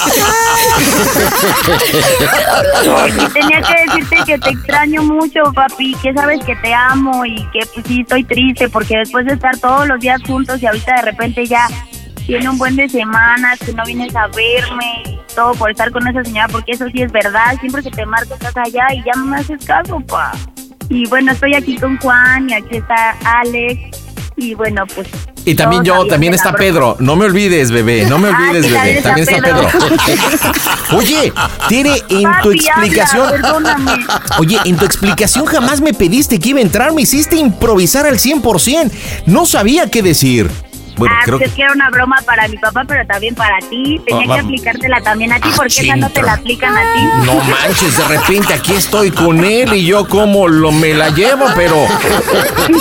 S11: Y tenía que decirte que te extraño mucho, papi, que sabes que te amo y que pues, sí estoy triste porque después de estar todos los días juntos y ahorita de repente ya tiene un buen de semanas que no vienes a verme y todo por estar con esa señora porque eso sí es verdad, siempre que te marco estás allá y ya no me haces caso, pa. Y bueno, estoy aquí con Juan y aquí está Alex y bueno, pues...
S2: Y también yo,
S11: todos
S2: también
S11: sabían de la
S2: está
S11: broma.
S2: Pedro. No me olvides, bebé. No me
S11: Ah,
S2: olvides,
S11: sí,
S2: bebé. También está Pedro. Oye, Tere, en tu
S11: Papi, habla,
S2: explicación.
S11: perdóname.
S2: Oye, en tu explicación jamás me pediste que iba a entrar, me hiciste improvisar al 100%. No sabía qué decir. Bueno,
S11: ah,
S2: creo
S11: pues
S2: que.
S11: es que era una broma para mi papá, pero también para ti.
S2: Ah,
S11: Tenía que
S2: va-
S11: aplicártela también a ti, porque esa no te la aplican a ti.
S2: No manches, de repente aquí estoy con él y yo como lo me la llevo, pero.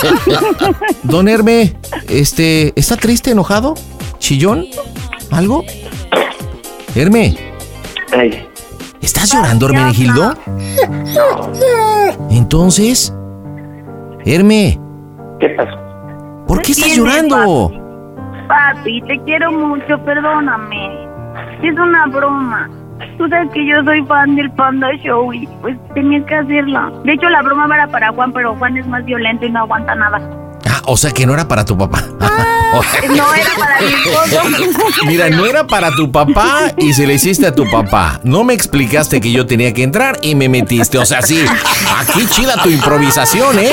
S2: Don Herme, este, ¿está triste, enojado? ¿Chillón? ¿Algo? Herme,
S3: Ay,
S2: ¿estás llorando, Hermenegildo? Entonces, Herme,
S3: ¿qué pasó?
S2: ¿por qué estás
S11: Tiene
S2: llorando?
S11: Papi, te quiero mucho, perdóname. Es una broma. Tú sabes que yo soy fan del Panda Show y pues tenías que hacerla. De hecho, la broma era para Juan, pero Juan es más violento y no aguanta nada.
S2: Ah, o sea que no era para tu papá.
S11: No era para mi esposo.
S2: Mira, no era para tu papá y se le hiciste a tu papá. No me explicaste que yo tenía que entrar y me metiste. O sea, sí, aquí chida tu improvisación, ¿eh?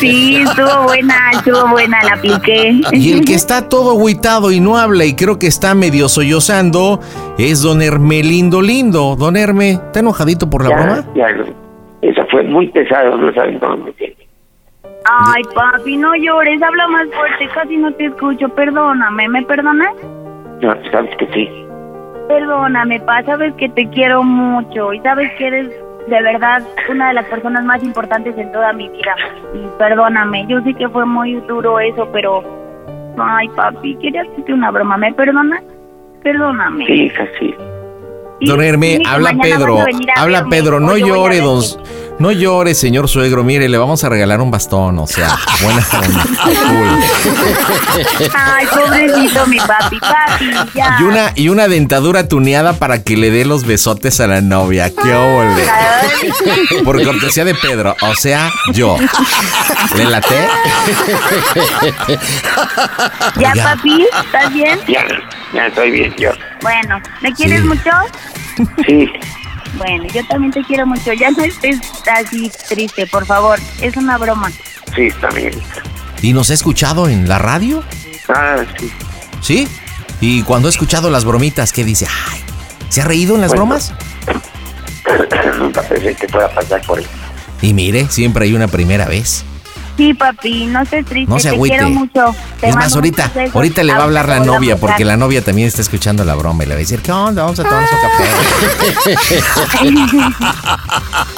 S11: Sí, estuvo buena, estuvo buena, la apliqué.
S2: Y el que está todo agüitado y no habla y creo que está medio sollozando es don Hermelindo Lindo. Don Herme, ¿está enojadito por la broma?
S3: Ya, ya, lo- eso fue muy pesado, no saben cómo me siento.
S11: Ay, papi, no llores, habla más fuerte, casi no te escucho, perdóname, ¿me perdonas?
S3: No, sabes que sí.
S11: Perdóname, pa, sabes que te quiero mucho y sabes que eres de verdad una de las personas más importantes en toda mi vida. Y perdóname, yo sé que fue muy duro eso, pero... Ay, papi, quería hacerte una broma, ¿me perdonas? Perdóname.
S3: Sí, hija, sí.
S11: Y
S2: Don Herme,
S11: dime que
S2: habla
S11: mañana
S2: Pedro,
S11: vas a venir a
S2: habla
S11: verme,
S2: Pedro,
S11: o
S2: no
S11: yo voy a
S2: llore,
S11: verte.
S2: don, No llores, señor suegro. Mire, le vamos a regalar un bastón. O sea, buena onda. Cool.
S11: Ay, pobrecito mi papi, papi, ya.
S2: Y una, y una dentadura tuneada para que le dé los besotes a la novia. ¡Qué ole! Por cortesía de Pedro, o sea, yo. ¿Le late?
S11: ¿Ya,
S2: Oiga.
S11: papi? ¿Estás bien?
S3: Ya, ya estoy bien, yo.
S11: Bueno, ¿me quieres mucho?
S3: Sí,
S11: Bueno, yo también te quiero mucho. Ya no estés así triste, por favor. Es una broma.
S3: sí, está bien.
S2: ¿Y nos ha escuchado en la radio?
S3: Ah, sí.
S2: ¿Sí? Y cuando ha escuchado las bromitas, ¿qué dice? Ay, ¿se ha reído en las
S3: Bueno.
S2: bromas?
S3: Nunca pensé que pueda pasar por eso.
S2: Y mire, siempre hay una primera vez.
S11: Sí, papi, no estés triste.
S2: No se
S11: te
S2: agüite.
S11: quiero mucho. Te
S2: es más,
S11: mando
S2: ahorita,
S11: muchos besos.
S2: ahorita le va a hablar la
S11: Ahorita te voy a
S2: novia, porque
S11: marcar.
S2: la novia también está escuchando la broma y le va a decir, ¿qué onda? Vamos a tomarnos un café.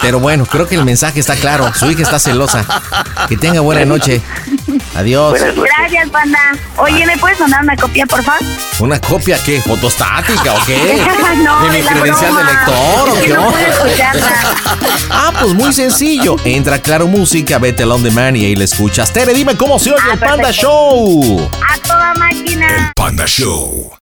S2: Pero bueno, creo que el mensaje está claro. Su hija está celosa. Que tenga buena noche. Adiós.
S11: Gracias, banda.
S2: Ah.
S11: Oye, ¿me puedes mandar una copia, por favor?
S2: ¿Una copia qué? ¿Fotostática o qué?
S11: No,
S2: ¿De
S11: de
S2: mi
S11: la
S2: credencial de
S11: broma.
S2: lector o
S11: Es que
S2: qué?
S11: no puedo escucharla.
S2: Ah, pues muy sencillo. Entra a Claro Música, vete al On Demand y ahí la
S11: Ah,
S2: escuchas. Tere, dime cómo se oye el Panda Show.
S11: A toda máquina.
S5: Panda Show.